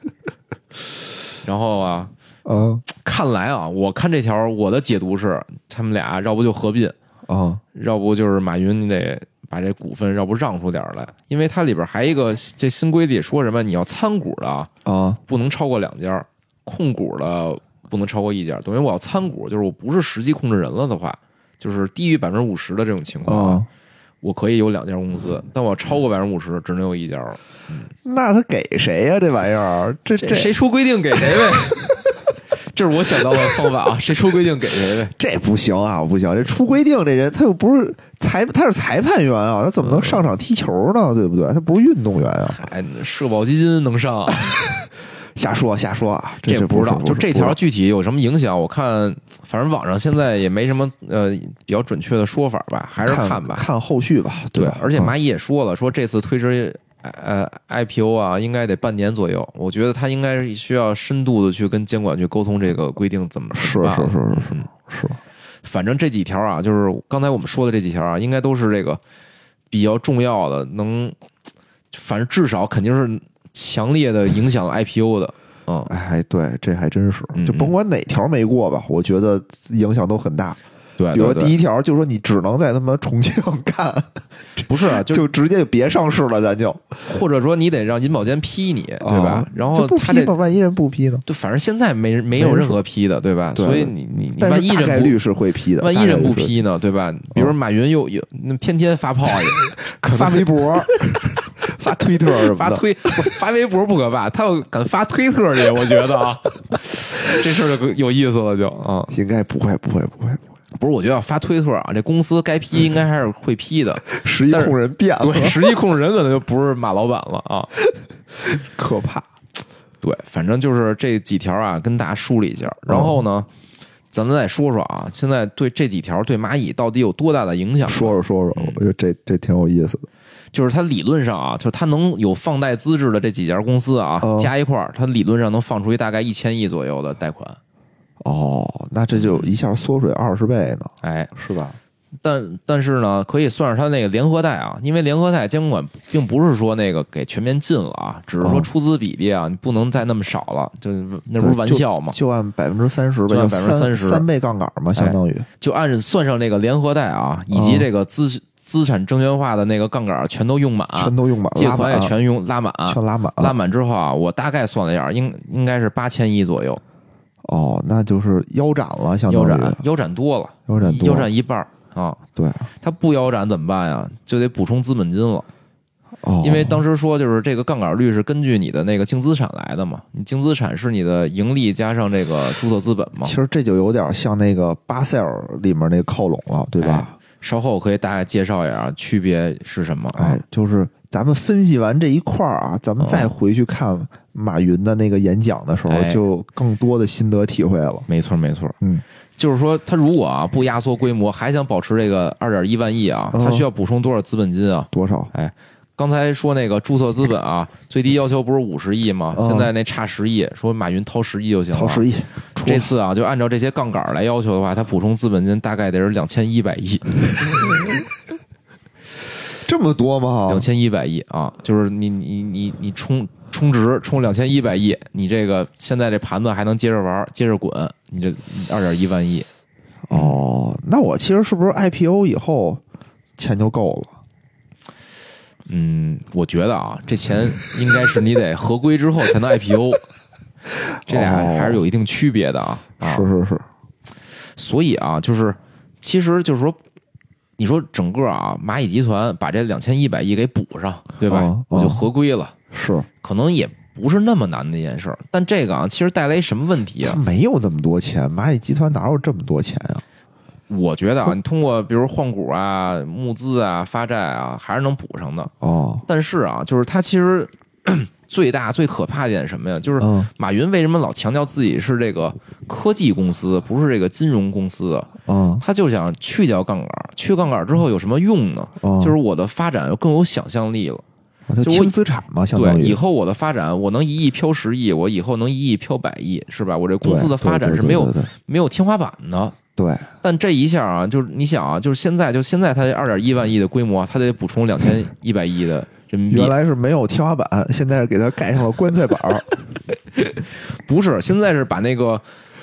C: 然后啊，
B: 嗯
C: 看来啊，我看这条我的解读是，他们俩要不就合并，
B: 嗯
C: 要不就是马云你得把这股份要不让出点儿来，因为它里边还一个这新规里说什么，你要参股的啊，
B: 啊
C: 不能超过两家，控股的不能超过一家。等于我要参股，就是我不是实际控制人了的话，就是低于百分之五十的这种情况啊，
B: 啊！
C: 我可以有两家公司，但我要超过百分之五十，只能有一家了。
B: 那他给谁呀？这玩意儿，这这
C: 谁出规定给谁呗。 这是我想到的方 法啊，谁出规定给谁呗。
B: 这不行啊，不行！这出规定，这人他又不是裁，他是裁判员啊，他怎么能上场踢球呢？对不对？他不是运动员啊！
C: 哎，社保基金能上啊、
B: 瞎说瞎说啊，
C: 这
B: 是
C: 不知道，
B: 是
C: 就这条
B: 不知
C: 具体有什么影响？我看，反正网上现在也没什么呃比较准确的说法吧，还是
B: 道看
C: 吧。
B: 看后续吧。
C: 对啊
B: 吧，
C: 而且
B: 嗯
C: 蚂蚁也说了，说这次推迟呃 IPO 啊，应该得半年左右。我觉得它应该是需要深度的去跟监管去沟通这个规定怎么
B: 是
C: 怎么办
B: 是是是
C: 嗯
B: 是
C: 反正这几条啊，就是刚才我们说的这几条啊，应该都是这个比较重要的，能反正至少肯定是强烈的影响了 IPO 的。嗯，
B: 哎，对，这还真是，
C: 嗯
B: 就甭管哪条没过吧，我觉得影响都很大。
C: 对，啊
B: 比如说
C: 哎对
B: 第一条，就说你只能在他妈重庆干，
C: 对 不是啊，就
B: 就直接就别上市了，咱就
C: 或者说你得让银保监批你，对吧
B: 啊？
C: 然
B: 这
C: 后
B: 不
C: 哦他
B: 批
C: 这
B: 吗？万一人不批呢？
C: 就反正现在没没有
B: 没人
C: 任何批的，对吧？
B: 对
C: 所以你你你
B: 但
C: 万一
B: 是大
C: 人
B: 概
C: 不
B: 率是会批的，
C: 万一
B: 大概
C: 人嗯
B: 率
C: 不
B: 是
C: 批呢，对吧？比如马云又又那天天发 炮啊去，
B: 发微博、 发推特什么的，
C: 发推不是发微博不可怕，他要敢发推特去，我觉得 啊，这事儿就有意思了，就啊。
B: 应该不会，不会，不会，不会
C: 不是，我觉得要发推特啊，这公司该批应该还是会批的。
B: 实际
C: 但是
B: 控人变了，
C: 对，实际控制人可能就不是马老板了 啊。
B: 可 怕。
C: 对，反正就是这几条啊，跟大家梳理一下。然后呢，咱们再说说啊，现在对这几条对蚂蚁到底有多大的影响？
B: 说说说说
C: 嗯，
B: 我觉得这这挺有意思的。
C: 就是它理论上啊，就是它能有放贷资质的这几家公司啊，
B: 嗯
C: 加一块儿，它理论上能放出一大概一千亿左右的贷款。
B: 哦，那这就一下缩水二十倍呢，
C: 哎，
B: 是吧？
C: 但但是呢，可以算是它那个联合贷啊，因为联合贷监管并不是说那个给全面禁了啊，只是说
B: 嗯
C: 出资比例啊，你不能再那么少了，就那不是玩笑嘛。
B: 就按百分之三十呗，
C: 嗯就按
B: 就
C: 30%
B: 三倍杠杆
C: 哎
B: 嘛，相当于。
C: 就按算上这个联合贷啊，以及
B: 嗯
C: 这个资资产证券化的那个杠杆全都用满，
B: 全都用满，
C: 啊借
B: 拉
C: 款
B: 满
C: 也全用拉满，啊
B: 全拉满，
C: 拉。满之后啊，我大概算了一下，应应该是八千亿左右，
B: 哦，那就是腰斩了，相当
C: 腰
B: 于
C: 斩腰斩多了，
B: 腰斩多
C: 腰斩一半儿啊。
B: 对，
C: 他不腰斩怎么办呀？就得补充资本金了，
D: 哦，
C: 因为当时说就是这个杠杆率是根据你的那个净资产来的嘛，你净资产是你的盈利加上这个注册资本嘛
B: 其。实这就有点像那个巴塞尔里面那个靠拢了，对吧？
C: 稍后我可以大概介绍一下啊区别是什么啊
B: 哎，，就是咱们分析完这一块儿啊，咱们再回去看马云的那个演讲的时候
C: 哎，
B: 就更多的心得体会了。
C: 没错，没错，
B: 嗯，
C: 就是说，他如果啊不压缩规模，还想保持这个二点一万亿啊，
B: 嗯
C: 他需要补充多少资本金啊？
B: 多少？
C: 刚才说那个注册资本啊，最低要求不是五十亿吗？
B: 嗯
C: 现在那差十亿，说马云掏十亿就行了。啊
B: 掏十
C: 亿，
B: 亿，出
C: 这次啊，就按照这些杠杆来要求的话，他补充资本金大概得是两千一百亿，
B: 这么多吗？
C: 两千一百亿啊，就是你你你你充充值充两千一百亿，你这个现在这盘子还能接着玩，接着滚，你这二点一万亿，
B: 哦，那我其实是不是 IPO 以后钱就够了？
C: 嗯，我觉得啊，这钱应该是你得合规之后才能 IPO，这俩
B: 哦
C: 还是有一定区别的啊。啊
B: 是是是，
C: 所以啊，就是其实就是说，你说整个啊蚂蚁集团把这两千一百亿给补上，对吧？
B: 哦
C: 我就
B: 哦
C: 合规了，
B: 是
C: 可能也不是那么难的一件事儿。但这个啊，其实带来什么问题
B: 他
C: 啊？
B: 没有那么多钱，蚂蚁集团哪有这么多钱啊？
C: 我觉得啊，你通过比如换股啊、募资啊、发债啊，还是能补上的。
B: 哦，
C: 但是啊，就是它其实 最大最可怕的一点是什么呀？就是
B: 嗯
C: 马云为什么老强调自己是这个科技公司，不是这个金融公司啊？
B: 嗯
C: 他就想去掉杠杆儿，去杠杆儿之后有什么用呢？
B: 嗯，
C: 就是我的发展更有想象力了。
B: 哦它
C: 就我
B: 轻资产嘛，相当
C: 对，以
B: 于
C: 后我的发展，我能一亿飘十亿，我以后能一亿飘百亿，是吧？我这公司的
B: 对
C: 发展
B: 对
C: 是
B: 对
C: 没有
B: 对对
C: 没有天花板的。
B: 对
C: 但这一下啊，就是你想啊，就是现在就现在他这二点一万亿的规模，他啊得补充两 千一百亿的人民币
B: 原。来是没有天花板，现在是给它盖上了棺材板 儿。
C: 不是，现在是把那个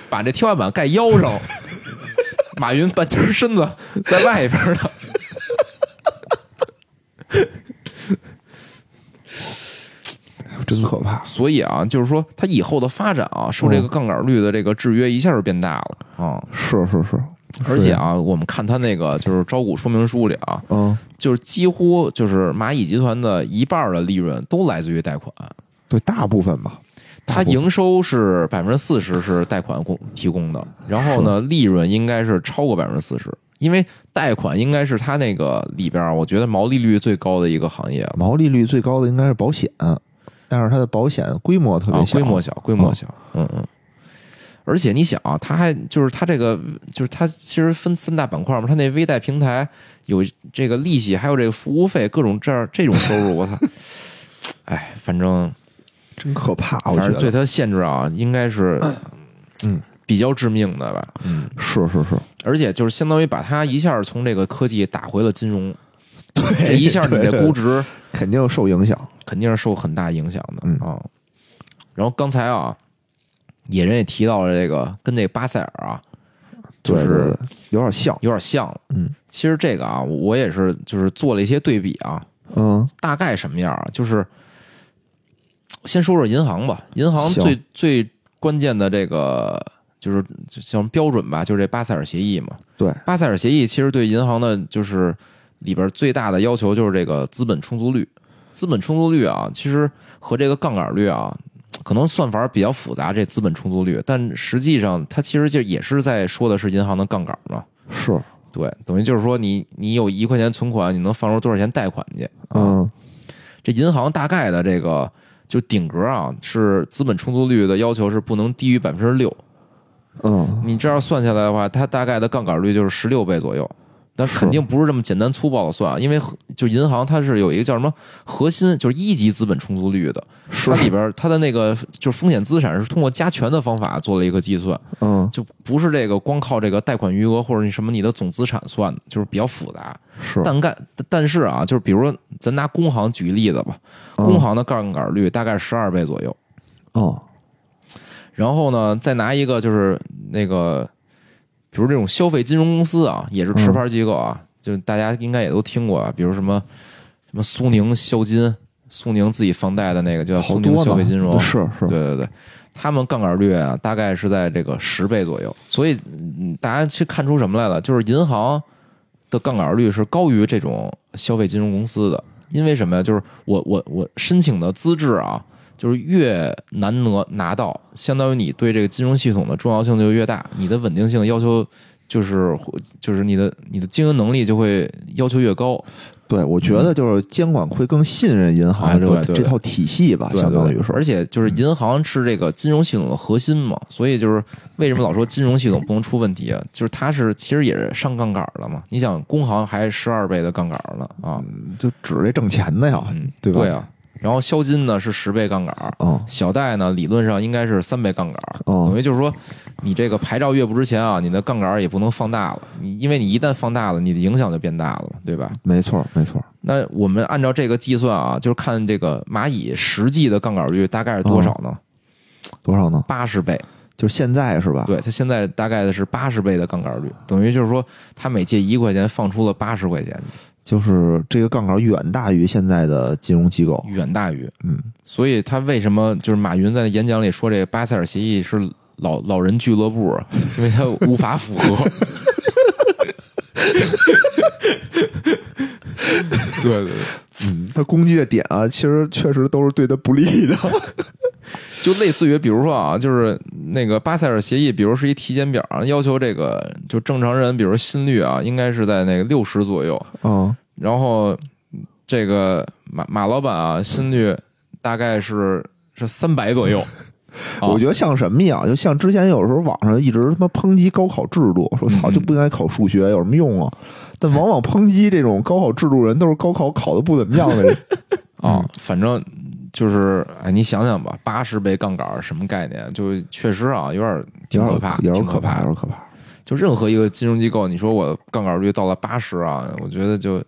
C: 把这天花板盖 腰上，马云半截身子在外边呢。
B: 真可怕！
C: 所以啊，就是说他以后的发展啊，受这个杠杆率的这个制约一下就变大了啊、
B: 是是是，
C: 而且啊，我们看他那个就是招股说明书里啊，
B: 嗯，
C: 就是几乎就是蚂蚁集团的一半的利润都来自于贷款，
B: 对，大部分吧，
C: 它营收是百分之四十是贷款供提供的，然后呢，利润应该是超过百分之四十，因为贷款应该是它那个里边儿我觉得毛利率最高的一个行业啊了
B: 毛利率最高的应该是保险，但是它的保险规模特
C: 啊
B: 别，小，
C: 规模小，规模小，嗯嗯。而且你想啊，它还就是它这个就是它其实分三大板块嘛，它那微贷平台有这个利息，还有这个服务费，各种这样这种收入，我操！哎，反正
B: 真可怕，我觉
C: 反正对
B: 得
C: 它限制啊，应该是
B: 嗯
C: 比较致命的吧，嗯。
B: 是是 是，
C: 而且就是相当于把它一下从这个科技打回了金融，这
B: 对，
C: 一下你
B: 对
C: 的估值
B: 肯定受影响。
C: 肯定是受很大影响的
B: 嗯
C: 啊。然后刚才啊，野人也提到了这个跟这巴塞尔啊，就
B: 对对
C: 是
B: 对，有点像，
C: 有点像。
B: 嗯，
C: 其实这个啊，我也是就是做了一些对比啊，
B: 嗯，
C: 大概什么样啊？就是先说说银行吧，银行
B: 行
C: 最最关键的这个就是就像标准吧，就是这巴塞尔协议嘛。
B: 对，
C: 巴塞尔协议其实对银行的就是里边最大的要求就是这个资本充足率。资本充足率啊，其实和这个杠杆率啊，可能算法比较复杂，这资本充足率，但实际上它其实就也是在说的是银行的杠杆嘛。啊
B: 是，
C: 对，等于就是说你你有一块钱存款，你能放出多少钱贷款去？啊、，
B: 嗯，
C: 这银行大概的这个就顶格啊，是资本充足率的要求是不能低于百分之六，
D: 嗯
C: 你这样算下来的话，它大概的杠杆率就是十六倍左右。但
D: 是
C: 肯定不是这么简单粗暴的算啊，因为和就银行它是有一个叫什么核心，就是一级资本充足率的，
D: 是
C: 它里边它的那个就是风险资产是通过加权的方法做了一个计算，
D: 嗯
C: 就不是这个光靠这个贷款余额或者你什么你的总资产算的，就是比较复杂。
D: 是
C: 但干但是啊，就是比如说咱拿工行举例子吧，
B: 嗯
D: 嗯
C: 工行的杠杆率大概十二倍左右，
D: 哦
C: 然后呢，再拿一个就是那个，比如这种消费金融公司啊，也是持牌机构啊，就大家应该也都听过啊，比如什么什么苏宁消金，苏宁自己放贷的那个叫苏
D: 好
C: 宁
D: 多
C: 消费
D: 呢
C: 金融，
D: 是是
C: 对对对，他们杠杆率啊，大概是在这个十倍左右，所以嗯大家去看出什么来了，就是银行的杠杆率是高于这种消费金融公司的，因为什么呀？就是我我我申请的资质啊，就是越难拿拿到，相当于你对这个金融系统的重要性就越大，你的稳定性要求。就是就是你的你的经营能力就会要求越高，
B: 对，我觉得就是监管会更信任银行的这
C: 嗯哎
B: 个
C: 对对
B: 这套体系吧，
C: 对
B: 相当于
C: 对
B: 是。
C: 而且就是银行是这个金融系统的核心嘛，所以就是为什么老说金融系统不能出问题啊？就是它是其实也是上杠杆了嘛。你想，工行还十二倍的杠杆呢啊，
B: 就指着这挣钱的呀，
C: 嗯，
B: 对吧？
C: 啊。然后销金呢是十倍杠杆，
B: 嗯
D: 哦
C: 小贷呢理论上应该是三倍杠杆，等
D: 哦
C: 于就是说，你这个牌照越不值钱啊，你的杠杆也不能放大了，你因为你一旦放大了，你的影响就变大了嘛，对吧？
D: 没错没错
C: 那我们按照这个计算啊，就是看这个蚂蚁实际的杠杆率大概是多少呢？
D: 多少呢？
C: 八十倍，
B: 就是现在是吧？
C: 对，它现在大概的是八十倍的杠杆率，等于就是说，它每借一块钱放出了八十块钱，
B: 就是这个杠杆远大于现在的金融机构。
C: 远大于，
B: 嗯，
C: 所以他为什么就是马云在演讲里说这个巴塞尔协议是老老人俱乐部，因为他无法符合。 对对对，
B: 他攻击的点啊，其实确实都是对他不利 的。
C: 就类似于，比如说啊，就是那个巴塞尔协议，比如是一体检表，要求这个就正常人，比如心率啊，应该是在那个六十左右，
D: 嗯
C: 然后嗯这个马马老板啊，心率大概是是三百左右。啊
B: 我觉得像什么呀？就像之前有时候网上一直他妈抨击高考制度，说操
C: 嗯
B: 就不应该考数学，有什么用啊？但往往抨击这种高考制度人，都是高考考的不怎么样 的人。
C: 啊，
B: 嗯
C: 反正就是哎，你想想吧，八十倍杠杆儿什么概念？就确实啊，有点儿挺可怕，
B: 有点
C: 挺
B: 可
C: 怕
B: 有。点可怕。
C: 就任何一个金融机构，你说我杠杆率到了八十啊，我觉得就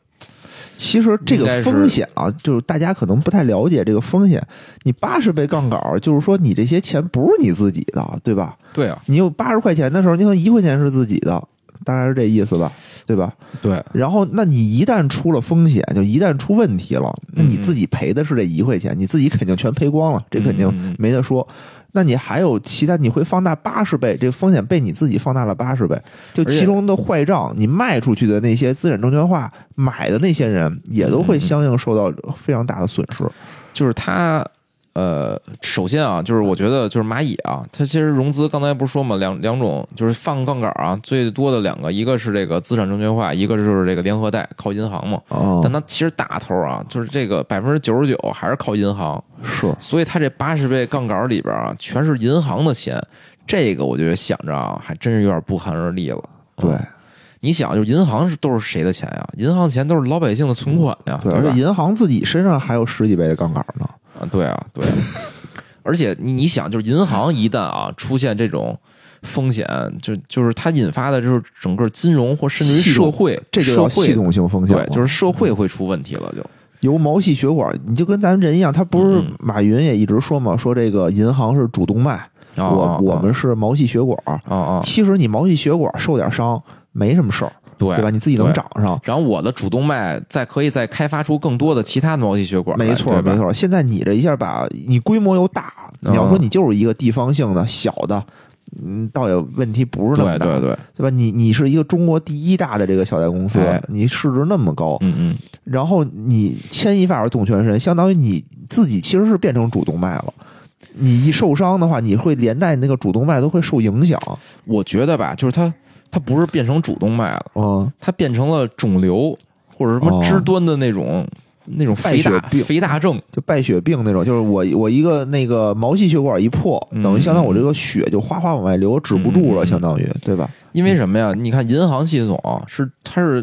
B: 其实这
C: 应该
B: 个
C: 是
B: 风险啊，就是大家可能不太了解这个风险。你八十倍杠杆儿，就是说你这些钱不是你自己的，对吧？
C: 对啊，
B: 你有八十块钱的时候，你可能一块钱是自己的，大概是这意思吧，对吧？
C: 对
B: 然后，那你一旦出了风险，就一旦出问题了，那你
C: 嗯嗯
B: 自己赔的是这一块钱，你自己肯定全赔光了，这肯
C: 嗯嗯嗯
B: 定没得说。那你还有其他，你会放大八十倍，这个风险被你自己放大了八十倍，就
C: 而且
B: 其中的坏账，你卖出去的那些资产证券化买的那些人，也都
C: 嗯嗯
B: 会
C: 嗯
B: 相应受到非常大的损失。
C: 就是它，呃，首先啊，就是我觉得就是蚂蚁啊，它其实融资刚才不是说嘛，两两种就是放杠杆啊，最多的两个，一个是这个资产证券化，一个就是这个联合贷靠银行嘛。
B: 嗯
D: 哦
C: 但它其实大头啊，就是这个百分之九十九还是靠银行，
D: 是
C: 所以它这八十倍杠杆里边啊，全是银行的钱。这个我觉得想着啊，还真是有点不寒而栗了。
D: 对
C: 嗯你想，就是银行是都是谁的钱呀？银行钱都是老百姓的存款呀，
B: 对，
C: 吧
B: 而且银行自己身上还有十几倍的杠杆呢。
C: 啊，对啊，对啊 而且你你想，就是银行一旦啊出现这种风险，就就是它引发的就是整个金融或甚至于
B: 系
C: 社
B: 统
C: 会，
B: 这就
C: 社
B: 叫
C: 会
B: 系统性风险了，嗯
C: 对，就是社会会出问题了，就
B: 由毛细血管，你就跟咱人一样，他不是
C: 嗯嗯
B: 马云也一直说嘛，说这个银行是主动脉，
C: 啊啊
B: 我我
C: 啊
B: 们是毛细血管。
C: 啊啊，
B: 其实你毛细血管受点伤没什么事儿，
C: 对
B: 对吧？？你自己能
C: 对
B: 长上，
C: 然后我的主动脉再可以再开发出更多的其他毛细血管来，
B: 没错
C: 对吧
B: 没。错。现在你这一下把你规模又大，
C: 嗯
B: 你要说你就是一个地方性的小的，嗯，倒也问题不是那
C: 对
B: 么大，
C: 对对，
B: 对吧？你你是一个中国第一大的这个小贷公司
C: 哎，
B: 你市值那么高，
C: 嗯嗯，
B: 然后你牵一发而动全身，相当于你自己其实是变成主动脉了。你一受伤的话，你会连带那个主动脉都会受影响。
C: 我觉得吧，就是它它不是变成主动脉了，
D: 嗯
C: 它变成了肿瘤或者什
D: 哦
C: 么肢端的那种那种肥
B: 败血
C: 大
B: 病
C: 肥大症，
B: 就败血病那种，就是我我一个那个毛细血管一破，
C: 嗯
B: 等于相当于我这个血就哗哗往外流，止不住了，
C: 嗯嗯嗯
B: 相当于对吧？
C: 因为什么呀？你看银行系统啊是它是，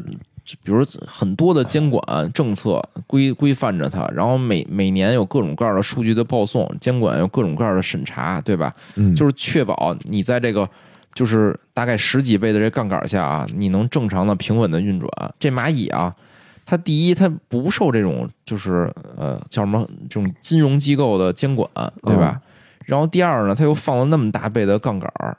C: 比如很多的监管政策规规范着它，然后每每年有各种各样的数据的报送，监管有各种各样的审查，对吧？
B: 嗯
C: 就是确保你在这个就是大概十几倍的这杠杆下啊，你能正常的平稳的运转。这蚂蚁啊，它第一它不受这种就是呃叫什么这种金融机构的监管，对吧？然后第二呢，它又放了那么大倍的杠杆儿，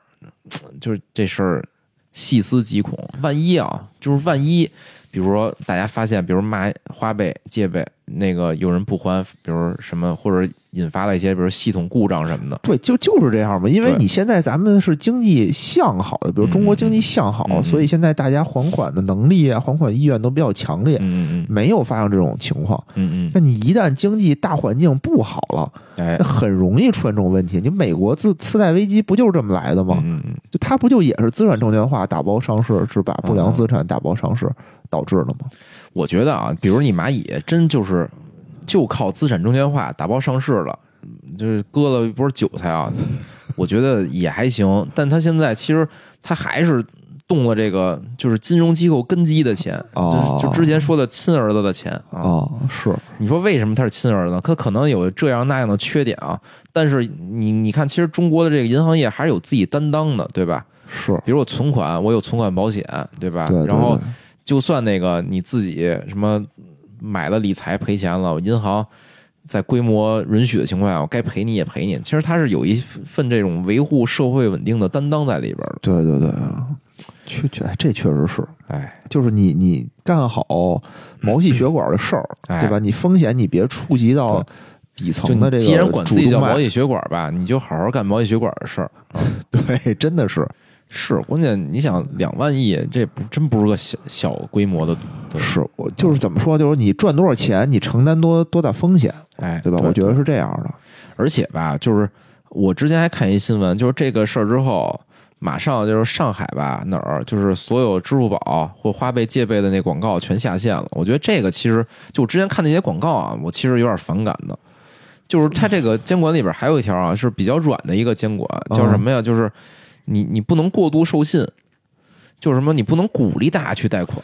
C: 就是这事儿细思极恐。万一啊，就是万一，比如说大家发现，比如蚂花呗、借呗那个有人不还，比如什么或者引发了一些比如系统故障什么的。
B: 对，就就是这样嘛。因为
C: 对嗯
B: 你现在咱们是经济向好的，比如中国经济向好，
C: 嗯嗯
B: 所以现在大家还款的能力啊、还款意愿都比较强烈，
C: 嗯嗯
B: 没有发生这种情况。
C: 嗯嗯
B: 那你一旦经济大环境不好了，
C: 嗯，哎
B: 那，很容易出现这种问题。你美国次次贷危机不就是这么来的吗？
C: 嗯嗯
B: 就它不就也是资产证券化打包上市，是把不良
C: 嗯
B: 资产打包上市导致的吗？
C: 我觉得啊，比如你蚂蚁真就是就靠资产证券化打包上市了，就是割了一波韭 菜啊，我觉得也还行。但它现在其实它还是动了这个就是金融机构根基的钱，
D: 哦
C: 就是就之前说的亲儿子的钱啊。
D: 哦，
B: 是，
C: 你说为什么他是亲儿子呢？他可能有这样那样的缺点啊，但是你你看，其实中国的这个银行业还是有自己担当的，对吧？
B: 是，
C: 比如我存款，我有存款保险，对吧？
B: 对对
C: 啊然后就算那个你自己什么买了理财赔钱了，银行在规模允许的情况下，我该赔你也赔你。其实它是有一份这种维护社会稳定的担当在里边的。
B: 对对对，确确，哎这确实是，
C: 哎，
B: 就是你你干好毛细血管的事儿，
C: 哎
B: 对吧？你风险你别触及到底
C: 就
B: 层
C: 你
B: 的这
C: 既然
B: 个
C: 管
B: 主
C: 自己叫
B: 动
C: 毛
B: 脉，
C: 细血管吧，你就好好干毛细血管的事儿。
B: 对，真的是
C: 是，关键你想两万亿，这不真不是个小小规模的，对
B: 是我就是怎么说，就是你赚多少钱，你承担多多大风险，
C: 哎，
B: 对吧？我觉得是这样的，
C: 而且吧，就是我之前还看一新闻，就是这个事儿之后，马上就是上海吧哪儿，就是所有支付宝或花呗、借呗的那广告全下线了。我觉得这个其实就我之前看那些广告啊，我其实有点反感的。就是它这个监管里边还有一条啊，是比较软的一个监管，叫什么呀？就是你你不能过度授信，就是什么你不能鼓励大家去贷款，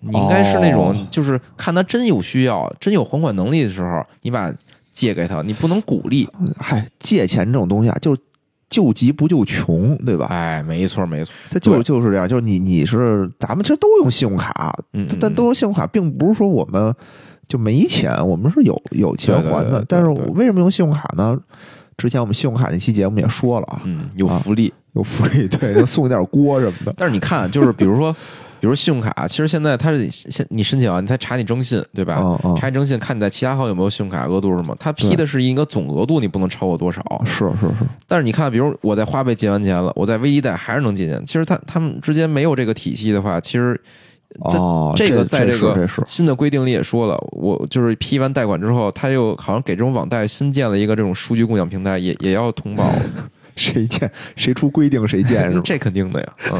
C: 你应该是那种
B: 哦
C: 就是看他真有需要、真有还款能力的时候，你把借给他，你不能鼓励。
B: 嗨，借钱这种东西啊，就是救急不救穷，对吧？
C: 哎，没错没错，
B: 它就
C: 对
B: 就是这样，就是你你是咱们其实都用信用卡，
C: 嗯，嗯
B: 但都用信用卡，并不是说我们就没钱，我们是有有钱
C: 对对
B: 还
C: 对
B: 的
C: 对。
B: 但是
C: 对
B: 我为什么用信用卡呢？之前我们信用卡那期节目也说了啊，
C: 嗯有福利。
B: 有福利， 对，能送点锅什么的。
C: 但是你看，啊就是比如说，比如信用卡，啊其实现在它是现你申请啊，你才查你征信，对吧？
B: 嗯嗯，
C: 查你征信，看你在其他行有没有信用卡额度什么，它批的是一个总额度，你不能超过多少。
B: 是是是，
C: 但是你看，比如我在花呗借完钱了，我在微一贷还是能借钱。其实他他们之间没有这个体系的话，其实这
B: 哦，
C: 这个在
B: 这
C: 这个
B: 是这 是
C: 新的规定里也说了，我就是批完贷款之后，他又好像给这种网贷新建了一个这种数据共享平台，也也要通 报，
B: 谁见谁出规定谁 见是吧？
C: 这肯定的呀。嗯，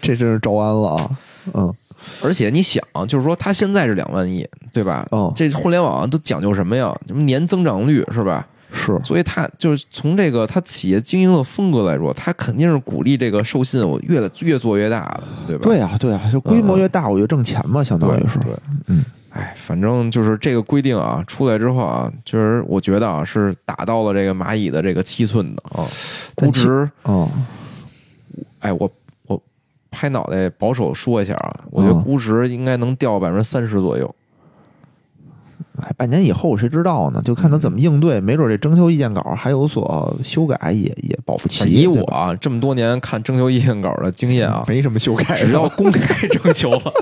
B: 这真是招安了啊！嗯
C: 而且你想，就是说他现在是两万亿，对吧？
B: 哦，
C: 这互联网都讲究什么呀？什么年增长率是吧？
B: 是
C: 所以他就是从这个他企业经营的风格来说，他肯定是鼓励这个授信我越越做越大的，对吧？
B: 对啊对啊，就规模越大，我越挣钱嘛，相当于是。
C: 嗯对，
B: 嗯，
C: 哎，反正就是这个规定啊，出来之后啊，就是我觉得啊，是打到了这个蚂蚁的这个七寸的啊，估
B: 哦但其
C: 值，
B: 哦，
C: 哎，我我拍脑袋保守说一下啊，我觉
B: 哦
C: 得
D: 嗯
C: 估值应该能掉百分之三十左右。
B: 哎，半年以后谁知道呢？就看他怎么应对，没准这征求意见稿还有所修改也，也保不齐。
C: 以
B: 对
C: 我
B: 吧
C: 啊这么多年看征求意见稿的经验啊，
B: 没什么修改的，
C: 只要 公开征求了，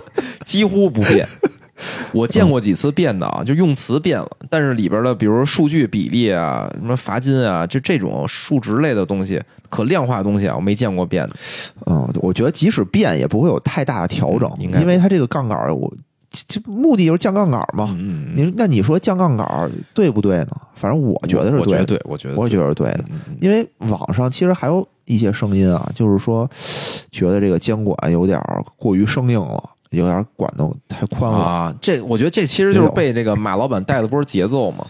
C: 几乎不变。我见过几次变的啊，就用词变了，但是里边的比如数据比例啊、什么罚金啊，就这种数值类的东西、可量化的东西啊，我没见过变的。
B: 嗯，我觉得即使变也不会有太大的调整，
C: 嗯应该
B: 因为它这个杠杆儿，我这这目的就是降杠杆儿嘛。
C: 嗯，
B: 你那你说降杠杆儿对不对呢？反正我觉得是
C: 我觉
B: 对
C: 得
B: 的，
C: 对，嗯我觉得
B: 我觉得是对的，因为网上其实还有一些声音啊，就是说觉得这个监管有点儿过于生硬了。有点管的太宽了。
C: 啊，这我觉得这其实就是被这个马老板带了波节奏嘛，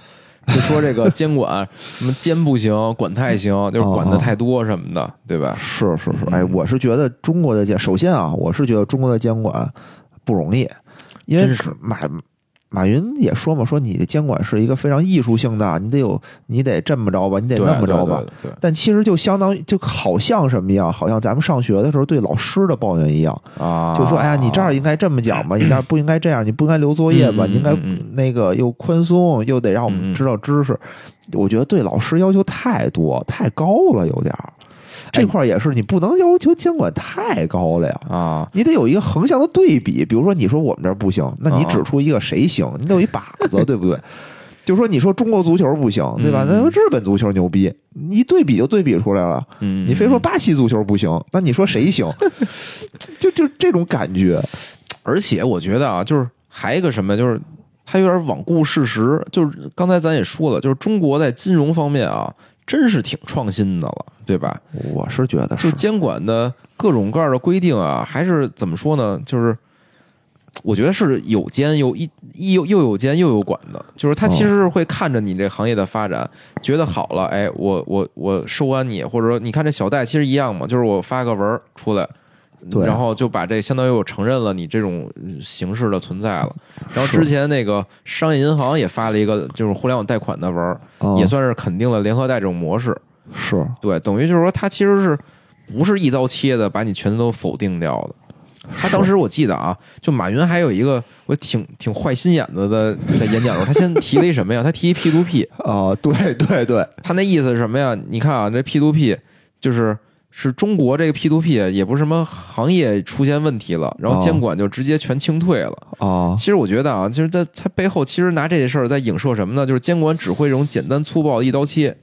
C: 就说这个监管什么监不行，管太行，就是管
B: 哦
C: 的太多什么的，对吧？
B: 是是是，哎，
C: 嗯
B: 我是觉得中国的监，首先啊，我是觉得中国的监管不容易，因为
C: 真是
B: 马马云也说嘛，说你的监管是一个非常艺术性的，你得有，你得这么着吧，你得
C: 对
B: 那么着吧。，
C: 对对对
B: 但其实就相当于，就好像什么样，好像咱们上学的时候对老师的抱怨一样，
C: 对啊，嗯
B: 就说哎呀，你这儿应该这么讲吧，你那儿不应该这样，你不应该留作业吧，
C: 嗯嗯
B: 你应该
C: 嗯
B: 那个又宽松，又得让我们知道知识。我觉得对老师要求太多太高了，有点儿。
C: 哎
B: 这块儿也是，你不能要求监管太高了呀。
C: 啊，
B: 你得有一个横向的对比，比如说你说我们这儿不行，那你
C: 啊
B: 指出一个谁行，
C: 哦
B: 你得有一靶 子，对不对？就说你说中国足球不行，对吧？
C: 嗯
B: 那日本足球牛逼，你一对比就对比出来了。
C: 嗯，
B: 你非说巴西足球 不行，那你说谁行？就就这种感觉，
C: 而且我觉得啊，就是还有一个什么，就是他有点罔顾事实。就是刚才咱也说了，就是中国在金融方面啊，真是挺创新的了，对吧？
B: 我是觉得
C: 就是监管的各种各样的规定啊，还是怎么说呢？就是我觉得是有监有一一又又有监又有管的，就是他
B: 哦
C: 其实是会看着你这行业的发展，觉得好了，哎，我我我收安你，或者说你看这小贷其实一样嘛，就是我发个文儿出来。
B: 对
C: 然后就把这相当于我承认了你这种嗯形式的存在了。然后之
B: 是
C: 前那个商业银行也发了一个就是互联网贷款的文儿，
D: 哦
C: 也算是肯定了联合贷这种模式。
B: 是
C: 对，等于就是说，他其实是不是一刀切的把你全都否定掉的？他当时我记得啊，就马云还有一个我挺挺坏心眼子的，在演讲时候，他先提了一什么呀？他提一 P to P，
B: 啊，对对对，
C: 他那意思是什么呀？你看啊，这 P to P 就是是中国这个 P to P 也不是什么行业出现问题了，然后
B: 哦
C: 监管就直接全清退了。
D: 哦
C: 其实我觉得啊，其实在它背后其实拿这些事儿在影射什么呢？就是监管只会这种简单粗暴的一刀切。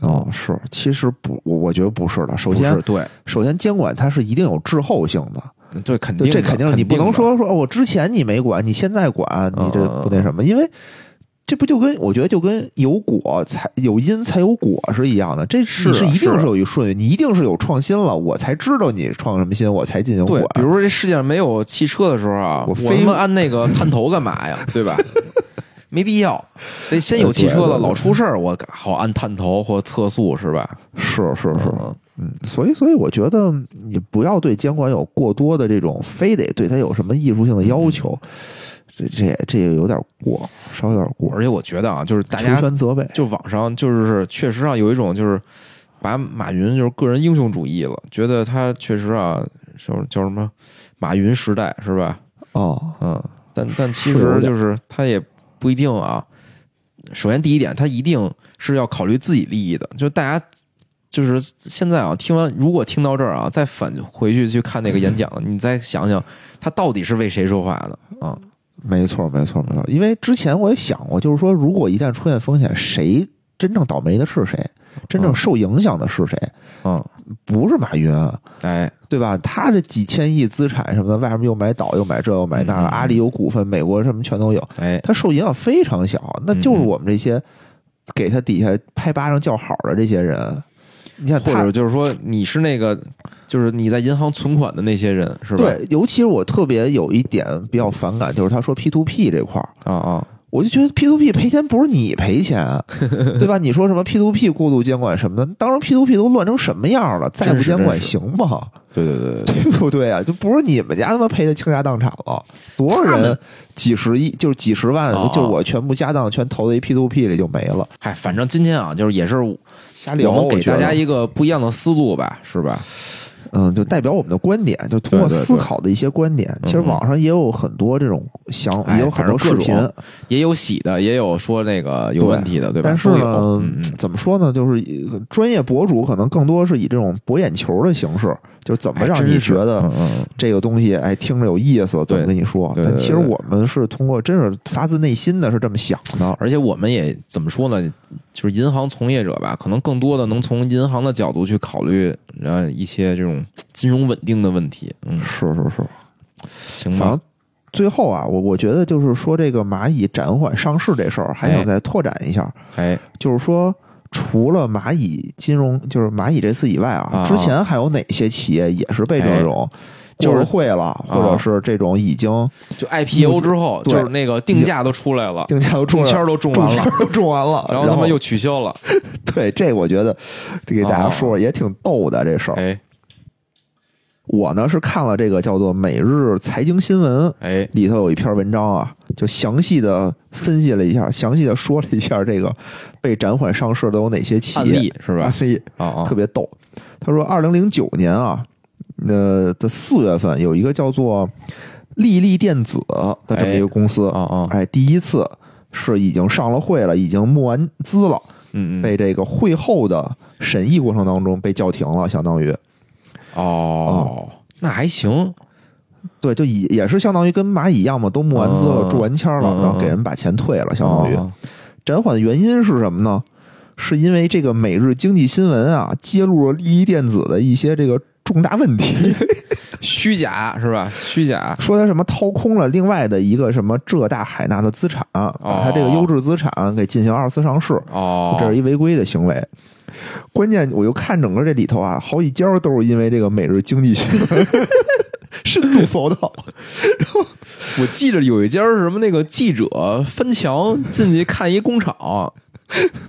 B: 哦是，其实不，我我觉得不是的。首
C: 不是
B: 先，
C: 对
B: 首先监管它是一定有滞后性的，
C: 对，肯定
B: 对，
C: 的
B: 这肯定是你不
C: 的嗯
B: 能说说哦我之前你没管，你现在管，你这不那什么，因为。这不就跟我觉得就跟有果才有因才有果是一样的，这
C: 是啊
B: 你是一定
C: 是
B: 是有一顺序，你一定是有创新了，我才知道你创什么新，我才进行
C: 对
B: 管。，
C: 比如说这世界上没有汽车的时候啊，
B: 我
C: 我
B: 非
C: 他妈按 那个探头干嘛呀？对吧？没必要，得先有汽车
B: 对
C: 了，
B: 对对
C: 老出事儿，我好按探头或测速是吧？
B: 是是是，
C: 嗯
B: 嗯，所以所以我觉得你不要对监管有过多的这种，非得对它有什么艺术性的要求，
C: 嗯
B: 这这也这也有点过，稍微有点过，
C: 而且我觉得啊，就是大
B: 求
C: 家
B: 全责备。
C: 就网上就是确实啊，有一种就是把马云就是个人英雄主义了，觉得他确实啊，就是叫什么马云时代是吧？
D: 哦
C: 嗯，但但其
B: 是有
C: 实
B: 点
C: 就是他也不一定啊。首先第一点，他一定是要考虑自己利益的。就是大家就是现在啊，听完如果听到这儿啊，再返回去去看那个演讲，你再想想他到底是为谁说话的啊？
B: 没错，没错，没错。因为之前我也想过，就是说，如果一旦出现风险，谁真正倒霉的是谁？真正受影响的是谁？
C: 嗯，
B: 不是马云，啊
C: 哎，
B: 对吧？他这几千亿资产什么的，为什么又买岛，又买这，又买那
C: 嗯
B: 个？
C: 嗯嗯
B: 阿里有股份，美国什么全都有，
C: 哎，
B: 他受影响非常小。那就是
C: 嗯
B: 我们这些给他底下拍巴掌叫好的这些人，你看
C: 或
B: 他
C: 者就是说你是那个，就是你在银行存款的那些人是吧？
B: 对，尤其是我特别有一点比较反感，就是他说 P to P 这块儿。
C: 啊啊，
B: 我就觉得 P to P 赔钱不是你赔 钱，对吧？你说什么 P to P 过度监管什么的，当时 P to P 都乱成什么样了，再不监管
C: 真是
B: 行吗？
C: 对对对对，
B: 对不对啊？就不是你们家他妈赔的倾家荡产了，多少
C: 他
B: 人
C: 们
B: 几十亿，就是几十万
C: 哦，
B: 就我全部家当全投在 P to P 里就没了。
C: 嗨，反正今天啊，就是也是我
B: 瞎聊，
C: 们给
B: 我觉
C: 大
B: 得
C: 家一个不一样的思路吧，是吧？
B: 嗯，就代表我们的观点，就通过
C: 对对对
B: 思考的一些观点。其实
C: 嗯嗯
B: 网上也有很多这种想，
C: 哎
B: 也有很多
C: 反
B: 视
C: 正各
B: 频，
C: 种也有喜的，也有说那个有
B: 对
C: 问题的，对吧？
B: 但是
C: 都有
B: 呢
C: 嗯，嗯
B: 怎么说呢？就是以专业博主可能更多是以这种博眼球的形式，就怎么
C: 哎
B: 让
C: 真
B: 你
C: 是
B: 觉得
C: 嗯嗯
B: 这个东西，哎，听着有意思，怎
C: 对
B: 么跟你说？
C: 对对
B: 但其实
C: 对对
B: 我们是通过真是发自内心的是这么想的，
C: 而且我们也怎么说呢？就是银行从业者吧，可能更多的能从银行的角度去考虑呃一些这种金融稳定的问题。嗯，
B: 是是是。
C: 行
B: 反
C: 吧
B: 正，最后啊，我我觉得就是说这个蚂蚁暂缓上市这事儿，还
C: 哎
B: 想再拓展一下，
C: 哎，
B: 就是说。除了蚂蚁金融，就是蚂蚁这次以外啊，
C: 啊哎
B: 之前还有哪些企业也是被这种
C: 就是啊
B: 过会了，或者是这种已经
C: 就 IPO 之后，
B: 对
C: 就是那个定价都出来了，
B: 定价都中
C: 中
B: 了
C: 签儿都中
B: 中
C: 完
B: 签
C: 了
B: 儿都中完了，
C: 然后他们又取消了。
B: 对这，我觉得这给大家说说也挺逗的这事儿。
C: 哎
B: 我呢是看了这个叫做《每日财经新闻》
C: 哎，
B: 里头有一篇文章啊，就详细的分析了一下，详细的说了一下这个被暂缓上市的有哪些企
C: 案
B: 业，
C: 例是吧？
B: 所以
C: 啊啊，
B: 特别逗。他说，二零零九年啊，呃的四月份有一个叫做丽丽电子的这么一个公司，
C: 啊啊，
B: 哎，第一次是已经上了会了，已经募完资了，
C: 嗯嗯，
B: 被这个会后的审议过程当中被叫停了，相当于
C: 哦，那还行，
B: 对，就也也是相当于跟蚂蚁一样嘛，都募完资了，
C: 嗯
B: 注完签
C: 嗯嗯
B: 了，然后给
C: 嗯
B: 人把钱退了，相当于
C: 哦
B: 暂缓的原因是什么呢？是因为这个《每日经济新闻》啊，揭露了利益电子的一些这个重大问题，
C: 虚假是吧？虚假，
B: 说他什么掏空了另外的一个什么浙大海纳的资产，把他这个优质资产给进行二次上市，
C: 哦，
B: 这是一违规的行为。关键我就看整个这里头啊，好几家都是因为这个《每日经济新闻》 深度报道，
C: 我记着有一家儿什么那个记者翻墙进去看一工厂，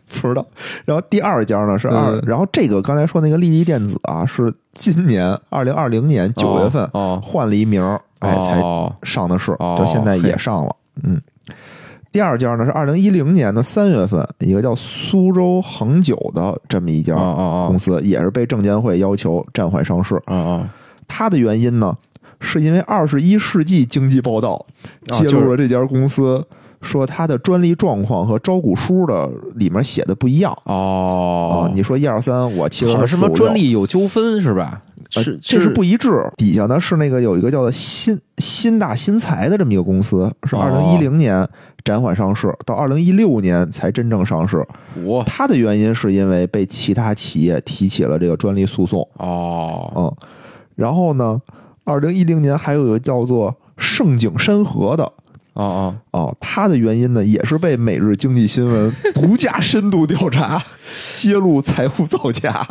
B: 不知道。然后第二家呢是二，
C: 嗯
B: 然后这个刚才说那个利益电子啊，是今年二零二零年九月份
C: 哦，
B: 换了一名儿，哎，才
C: 哦
B: 上的市，
C: 哦
B: 就现在也上了。嗯，第二家呢是二零一零年的三月份，一个叫苏州恒久的这么一家
C: 哦哦
B: 公司，也是被证监会要求暂缓上市。
C: 哦哦
B: 它的原因呢，是因为二十一世纪经济报道
C: 啊
B: 揭
C: 就是
B: 露了这家公司。说它的专利状况和招股书的里面写的不一样啊
C: 哦，，
B: 你说一二三，我其实
C: 好像什么专利有纠纷是吧？
B: 呃
C: 是
B: 这是不一致。底下呢是那个有一个叫做新新大新材的这么一个公司，是
C: 哦
B: 二零一零年暂缓上市，到二零一六年才真正上市。
C: 我
B: 它的原因是因为被其他企业提起了这个专利诉讼，
C: 哦
B: 嗯。然后呢，二零一零年还有一个叫做盛景山河的。
C: 哦哦，
B: 哦，它的原因呢，也是被《每日经济新闻》独家深度调查，揭露财务造假。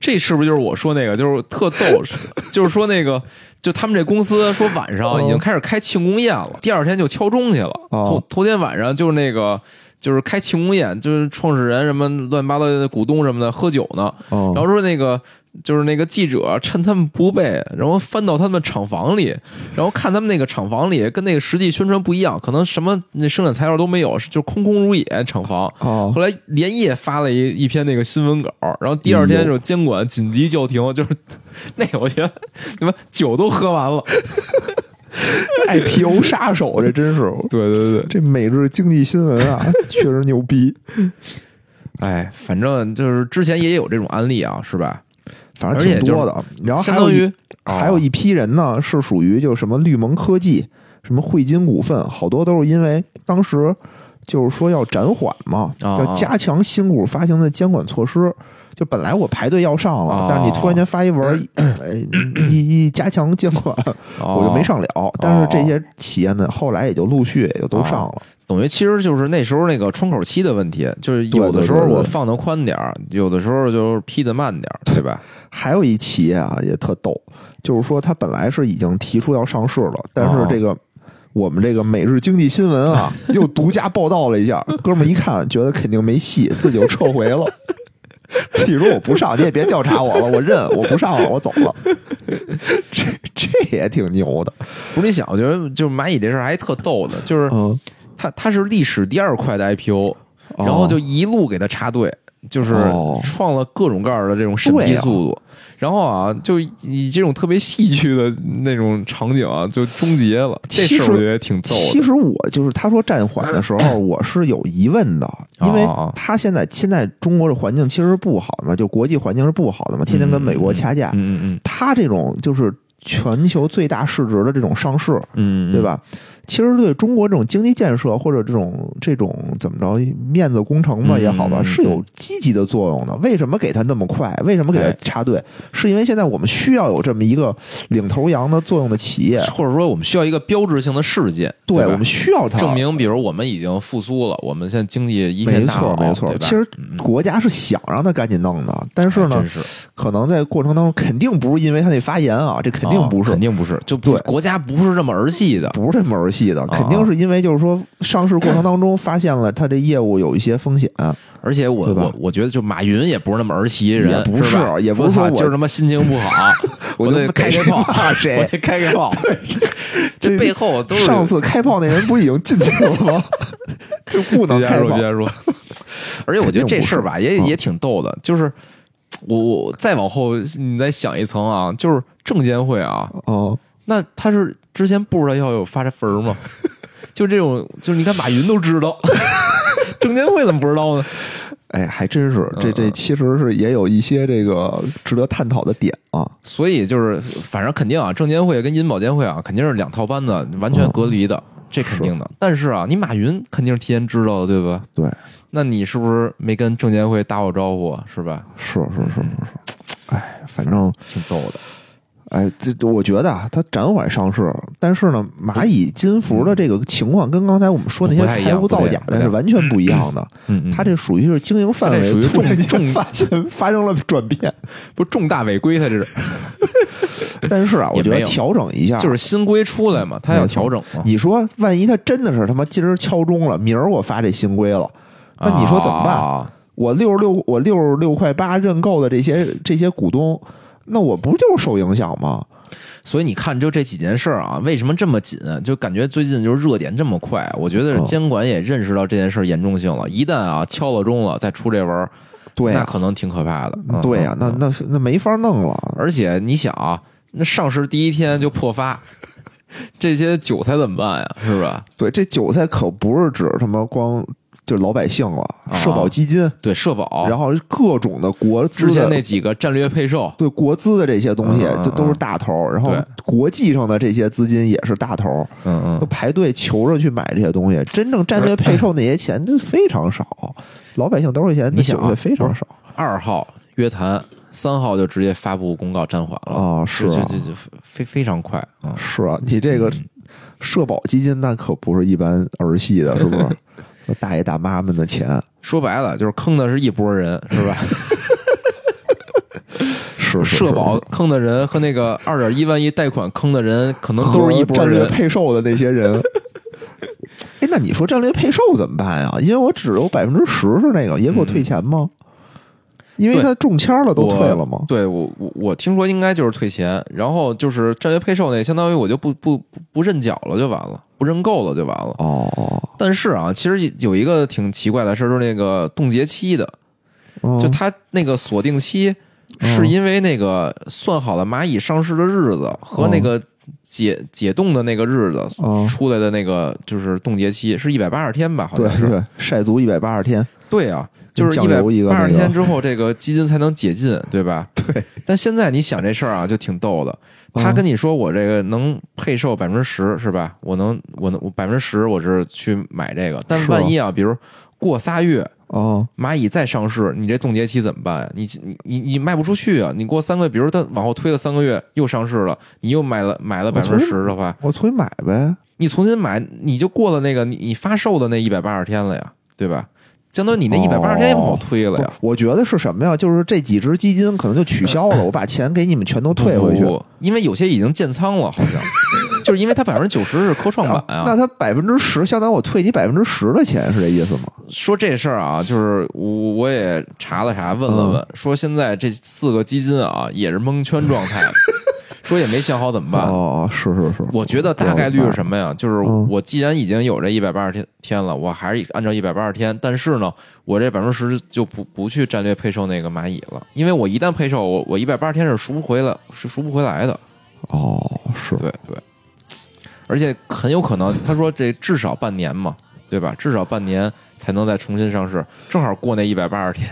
C: 这是不是就是我说那个，就是特逗， 就是说那个，就他们这公司说晚上已经开始开庆功宴了，第二天就敲钟去了。头
B: 嗯哦
C: 头天晚上就是那个，就是开庆功宴，就是创始人什么乱七八糟的股东什么的喝酒呢。
B: 哦
C: 然后说那个就是那个记者趁他们不备，然后翻到他们厂房里，然后看他们那个厂房里跟那个实际宣传不一样，可能什么那生产材料都没有，就空空如也厂房。
B: 哦
C: 后来连夜发了一一篇那个新闻稿，然后第二
B: 哎
C: 天就是监管紧急叫停，就是那个我觉得什么酒都喝完了，
B: IPO 杀手，这真是。
C: 对对对，
B: 这每日经济新闻啊，确实牛逼。
C: 哎，反正就是之前也有这种案例啊，是吧？
B: 反正挺多的，然后
C: 相
B: 还有
C: 当
B: 一、
C: 于哦
B: 还有一批人呢，是属于就什么绿盟科技、什么汇金股份，好多都是因为当时就是说要暂缓嘛，
C: 啊
B: 要加强新股发行的监管措施。就本来我排队要上了，
C: 啊
B: 但是你突然间发一 文，呃，一一加强监管，
C: 哦
B: 我就没上了。但是这些企业呢，后来也就陆续也
C: 哦
B: 就都上了。
C: 等于其实就是那时候那个窗口期的问题，就是有的时候
B: 对对对对
C: 我放的宽点儿，有的时候就是批的慢点儿，对吧？
B: 还有一企业啊，也特逗，就是说它本来是已经提出要上市了，但
C: 哦
B: 是这个、我们这个《每日经济新闻》啊，又独家报道了一下，哥们儿一看觉得肯定没戏，自己就撤回了。自己说我不上，你也别调查我了，我认我不上了，我走了。这这也挺牛的，
C: 不是你想，我觉得就是蚂蚁这事儿还特逗呢，就是
B: 嗯，
C: 它它是历史第二快的 IPO，然后就一路给它插队，就是
B: 哦
C: 创了各种各样的这种审批
B: 对啊
C: 速度。然后啊，就以这种特别戏剧的那种场景啊，就终结了。这
B: 其
C: 事
B: 实
C: 儿我觉得挺逗
B: 其
C: 的。嗯
B: 实我就是他说暂缓的时候，我是有疑问的，因为
C: 哦
B: 他现在现在中国的环境其实不好嘛，就国际环境是不好的嘛，天天跟美国掐架，
C: 嗯嗯
B: 他这种就是全球最大市值的这种上市，
C: 嗯嗯，
B: 对？吧？其实对中国这种经济建设或者这种这种怎么着面子工程吧
C: 嗯
B: 也好吧，
C: 嗯
B: 是有积极的作用的。为什么给他那么快？为什么给他
C: 哎
B: 插队？是因为现在我们需要有这么一个领头羊的作用的企业，
C: 或者说，我们需要一个标志性的事件，
B: 对
C: 吧
B: 我们需要它
C: 证明，比如我们已经复苏了，我们现在经济一片
B: 没
C: 大好，
B: 错，没错
C: 对。吧
B: 其实
C: 嗯
B: 国家是想让他赶紧弄的，但是
C: 哎
B: 呢
C: 真，是
B: 可能在过程当中肯定不是因为他那发言啊，这肯定定不是
C: 哦肯，定不是，哦就
B: 对
C: 国家不是这么儿戏的。
B: 不是这么儿戏的，肯定是因为就是说上市过程当中发现了他这业务有一些风险，啊
C: 而且我
B: 对吧
C: 我我觉得，就马云也不是那么儿戏人，
B: 也不是
C: 是吧
B: 也不是
C: 说
B: 说
C: 操
B: 我
C: 今儿他妈心情不好，
B: 我
C: 我
B: 就
C: 得
B: 不
C: 开
B: 逮
C: 个
B: 谁
C: 炮，
B: 骂谁
C: 我得开个炮。这背后都是
B: 上次开炮那人不已经进去了 吗？就不能开炮，
C: 说。 而且我觉得 这事儿吧，也
B: 嗯
C: 也挺逗的，就是我我再往后你再想一层啊，就是证监会啊，
B: 哦，
C: 那他是之前不知道要有发这分儿吗？ 就这种，就是你看马云都知道， 证监会怎么不知道呢？
B: 哎，还真是，这
C: 嗯
B: 这
C: 嗯
B: 其实是也有一些这个值得探讨的点啊，
C: 所以就是，反正肯定啊，证监会跟银保监会啊，肯定是两套班子，完全隔离的，
B: 嗯
C: 这肯定的。但是啊，你马云肯定是提前知道的，对吧？
B: 对，
C: 那你是不是没跟证监会打好招呼，啊是吧？
B: 是是是是是，哎，反正
C: 挺逗的。
B: 哎，这这我觉得啊，它暂缓上市，但是呢，蚂蚁金服的这个情况跟刚才我们说那些
C: 嗯不太一样
B: 财务造假
C: 不太一
B: 的
C: 样
B: 是完全不一样的。
C: 嗯嗯，
B: 它这属于是经营范
C: 它这
B: 围
C: 属于
B: 突然
C: 重
B: 间
C: 重
B: 发现发生了转 变，
C: 不是重大违规，他这是
B: 但是啊，
C: 也
B: 我觉
C: 没
B: 得
C: 有
B: 调整一下，
C: 就是新规出来
B: 嗯
C: 嘛，他要调整嘛。
B: 你说万一它真的是他妈今儿敲钟了，明儿我发这新规了，那你说怎么办？
C: 啊
B: 我六十六我六十六块八认购的这些这些股东，那我不就是受影响吗？
C: 所以你看，就这几件事儿啊，为什么这么紧？就感觉最近就是热点这么快。我觉得
B: 嗯
C: 监管也认识到这件事儿严重性了，一旦啊敲了钟了再出这玩意儿，
B: 对
C: 那
B: 呀、
C: 可能挺可怕的。嗯
B: 对呀、啊那那那没法弄了。
C: 而且你想啊，那上市第一天就破发， 这些韭菜怎么办呀？是吧？
B: 对，这韭菜可不是指他妈光就是老百姓了，
C: 啊
B: 社保基金，
C: 对，社保，
B: 然后各种的国资
C: 之前那
B: 的。
C: 几个战略配售，
B: 对国资的这些东西
C: 嗯嗯，嗯
B: 这都是大头儿，然后
C: 对
B: 国际上的这些资金也是大头儿，
C: 嗯嗯
B: 都，排队求着去买这些东西。真正战略配售那些钱就非常少，老百姓兜里钱，
C: 你想
B: 韭
C: 啊
B: 菜非常少
C: 二号约谈，三号就直接发布公告暂缓了，
B: 啊！是
C: 就
B: 啊，
C: 就就就非非常快啊。
B: 是啊，你这个
C: 嗯
B: 社保基金那可不是一般儿戏的，是不是？那 大爷大妈们的钱
C: 说白了就是坑的是一波人，是 吧？
B: 是是
C: 社
B: 是
C: 保
B: 是
C: 坑的人和那个二点一万亿贷款坑的人，可能都
B: 和
C: 是一波
B: 哦战略
C: 人。
B: 配售的那些 人。哎，那你说战略配售怎么办呀？因为我只有百分之十是那个，也给我退钱吗？因为
C: 嗯对
B: 他中签了，都
C: 我
B: 退了吗？
C: 对我我我听说应该就是退钱，然后就是战略配售那，相当于我就不不不不认缴了就完了，不认购了就完了。
B: 哦，
C: 但是啊，其实有一个挺奇怪的事儿，就是那个冻结期的，
B: 嗯
C: 就它那个锁定期
B: 嗯
C: 是因为那个算好了蚂蚁上市的日子
B: 哦
C: 和那个解解冻的那个日子
B: 嗯
C: 出来的那个就是冻结期是一百八十天吧，好
B: 对
C: 像是。
B: 对，晒足一百八十天，
C: 对啊，就是一
B: 酱
C: 百
B: 油一个那
C: 八
B: 个
C: 十天之后，这个基金才能解禁，对吧？
B: 对。嗯
C: 但现在你想这事儿啊，就挺逗的。他跟你说我这个能配售百分之十是吧？我能，我能，我百分之十我是去买这个，但
B: 是
C: 万
B: 吗
C: 一啊，比如过仨月
B: 哦
C: 蚂蚁再上市，你这冻结期怎么办呀、你你你你卖不出去啊！你过三个，比如它往后推了三个月又上市了，你又买了买了百
B: 我从
C: 分之十的话，
B: 我重新买呗。
C: 你重新买你就过了那个你你发售的那一百八十天了呀，对吧？相当于
B: 哦
C: 你那一百八十天也往后推了
B: 不
C: 呀，
B: 我觉得是什么呀？就是这几只基金可能就取消 了，我把钱给你们全都退回去。
C: 不不不因为有些已经建仓了，好 像就是因为它百分之九十是科创板啊。
B: 那它百分之十，相当于我退你百分之十的钱，是这意思吗？
C: 说这事儿啊，就是我我也查了查，问了问，
B: 嗯
C: 说现在这四个基金啊也是蒙圈 状态，说也没想好怎么办。
B: 哦，是是是，
C: 我觉得大概率是什么呀？就是
B: 嗯
C: 我既然已经有这一百八十天天了，我还是按照一百八十天，但是呢，我这百分之十就不不去战略配售那个蚂蚁了，因为我一旦配售，我我一百八十天是赎不回来，是赎不回来的。
B: 哦，是
C: 对对，而且很有可能，他说这至少半年嘛，对吧？至少半年才能再重新上市，正好过那一百八十天。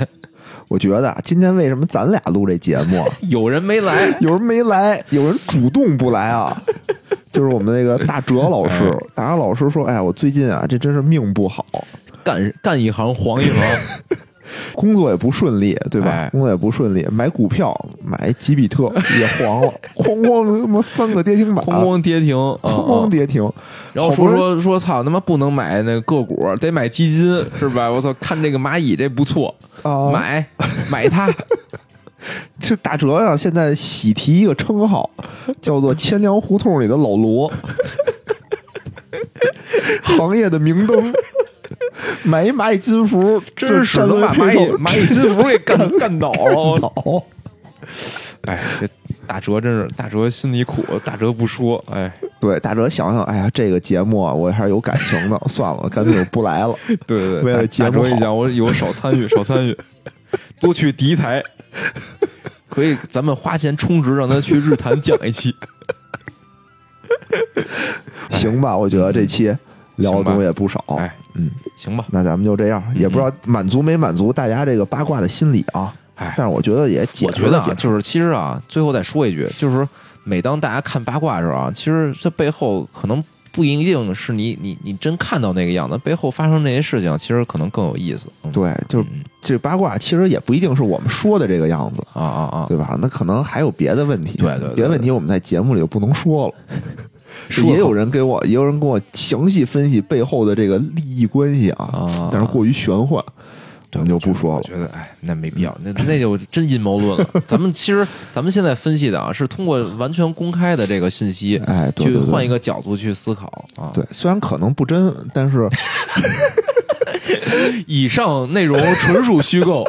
B: 我觉得啊，今天为什么咱俩录这节 目啊，
C: 有人没来，
B: 有人没来，有人主动不来啊？就是我们那个大哲老师，大哲老师说：“哎，我最近啊，这真是命不好，
C: 干干一行黄一行。
B: 工作也不顺利，对吧？
C: 哎
B: 工作也不顺利，买股票买吉比特也黄了，哐哐他妈三个跌停板，
C: 空空跌停，嗯
B: 哐哐跌停，
C: 然后
B: 好不
C: 说
B: 容易
C: 说说，操他妈不能买那个个股，得买基金，
B: 哦
C: 是吧？我操，看这个蚂蚁这不错，
B: 啊，
C: 买买它。
B: 这打折呀、现在喜提一个称号，叫做“千粮胡同里的老罗”， 行业的明灯。买一蚂蚁金服，
C: 真是能把蚂蚁蚂蚁金服给干干倒了。我操
B: 好，
C: 哎，这大哲真是大哲心里苦，大哲不说，哎，
B: 对，大哲想想，哎呀，这个节目啊，我还是有感情的，算了，干脆我不来 了。
C: 对对对，
B: 为了
C: 大
B: 节
C: 大
B: 目
C: 哲一
B: 好
C: 讲，我以后少参与，少参与， 多去敌台，可以咱们花钱充值让他去日坛讲一期。
B: 行吧，我觉得这期聊的
C: 哎行吧
B: 东西也不少，
C: 哎，
B: 嗯，
C: 行吧，
B: 那咱们就这样，也不知道满足没满足大家这个八卦的心理啊。
C: 哎，
B: 但是我觉得也解
C: 我
B: 释
C: 觉得
B: 了
C: 啊，
B: 解释
C: 就是其实啊，最后再说一句，就是说每当大家看八卦的时候啊，其实这背后可能不一定是你你你真看到那个样子，背后发生那些事情，其实可能更有意思。嗯、
B: 对，就是
C: 嗯
B: 这八卦其实也不一定是我们说的这个样子，
C: 啊啊啊，
B: 对吧？那可能还有别的问题，
C: 对对对
B: 别的问题我们在节目里就不能说了。
C: 说
B: 也有人给我，也有人跟我详细分析背后的这个利益关系啊，
C: 啊，
B: 但是过于玄幻，我们就不说
C: 我
B: 了。嗯
C: 觉得哎，那没必要，那那就真阴谋论了。咱们其实咱们现在分析的啊，是通过完全公开的这个信息，
B: 哎，对
C: 去
B: 对对
C: 换一个角度去思考啊。
B: 对，虽然可能不真，但 是
C: 以上内容纯属虚构。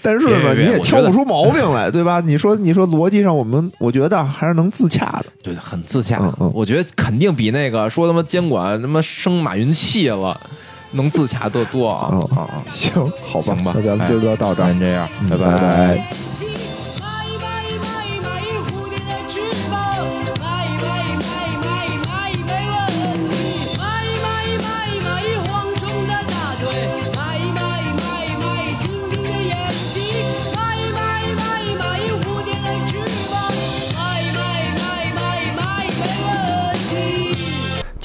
B: 但是
C: 别
B: 呢，
C: 别
B: 你也
C: 我觉
B: 挑
C: 得
B: 不出毛病来，对吧？你说你说逻辑上，我们我觉得还是能自洽的。
C: 对，很自洽。
B: 嗯嗯
C: 我觉得肯定比那个说他妈监管他妈生马云气了，能自洽得多啊！
B: 嗯
C: 啊啊！
B: 行，好吧，
C: 行吧哎
B: 那咱们就聊到这儿
C: 先，这样，
B: 嗯
C: 拜
B: 拜
A: 买买买买，蝴蝶的翅膀；买买买买买没问题；买买买买蝗虫的大腿；买买买买蜻蜓的眼睛；买买买买蝴蝶的翅膀；买买买买买没问题。
E: 节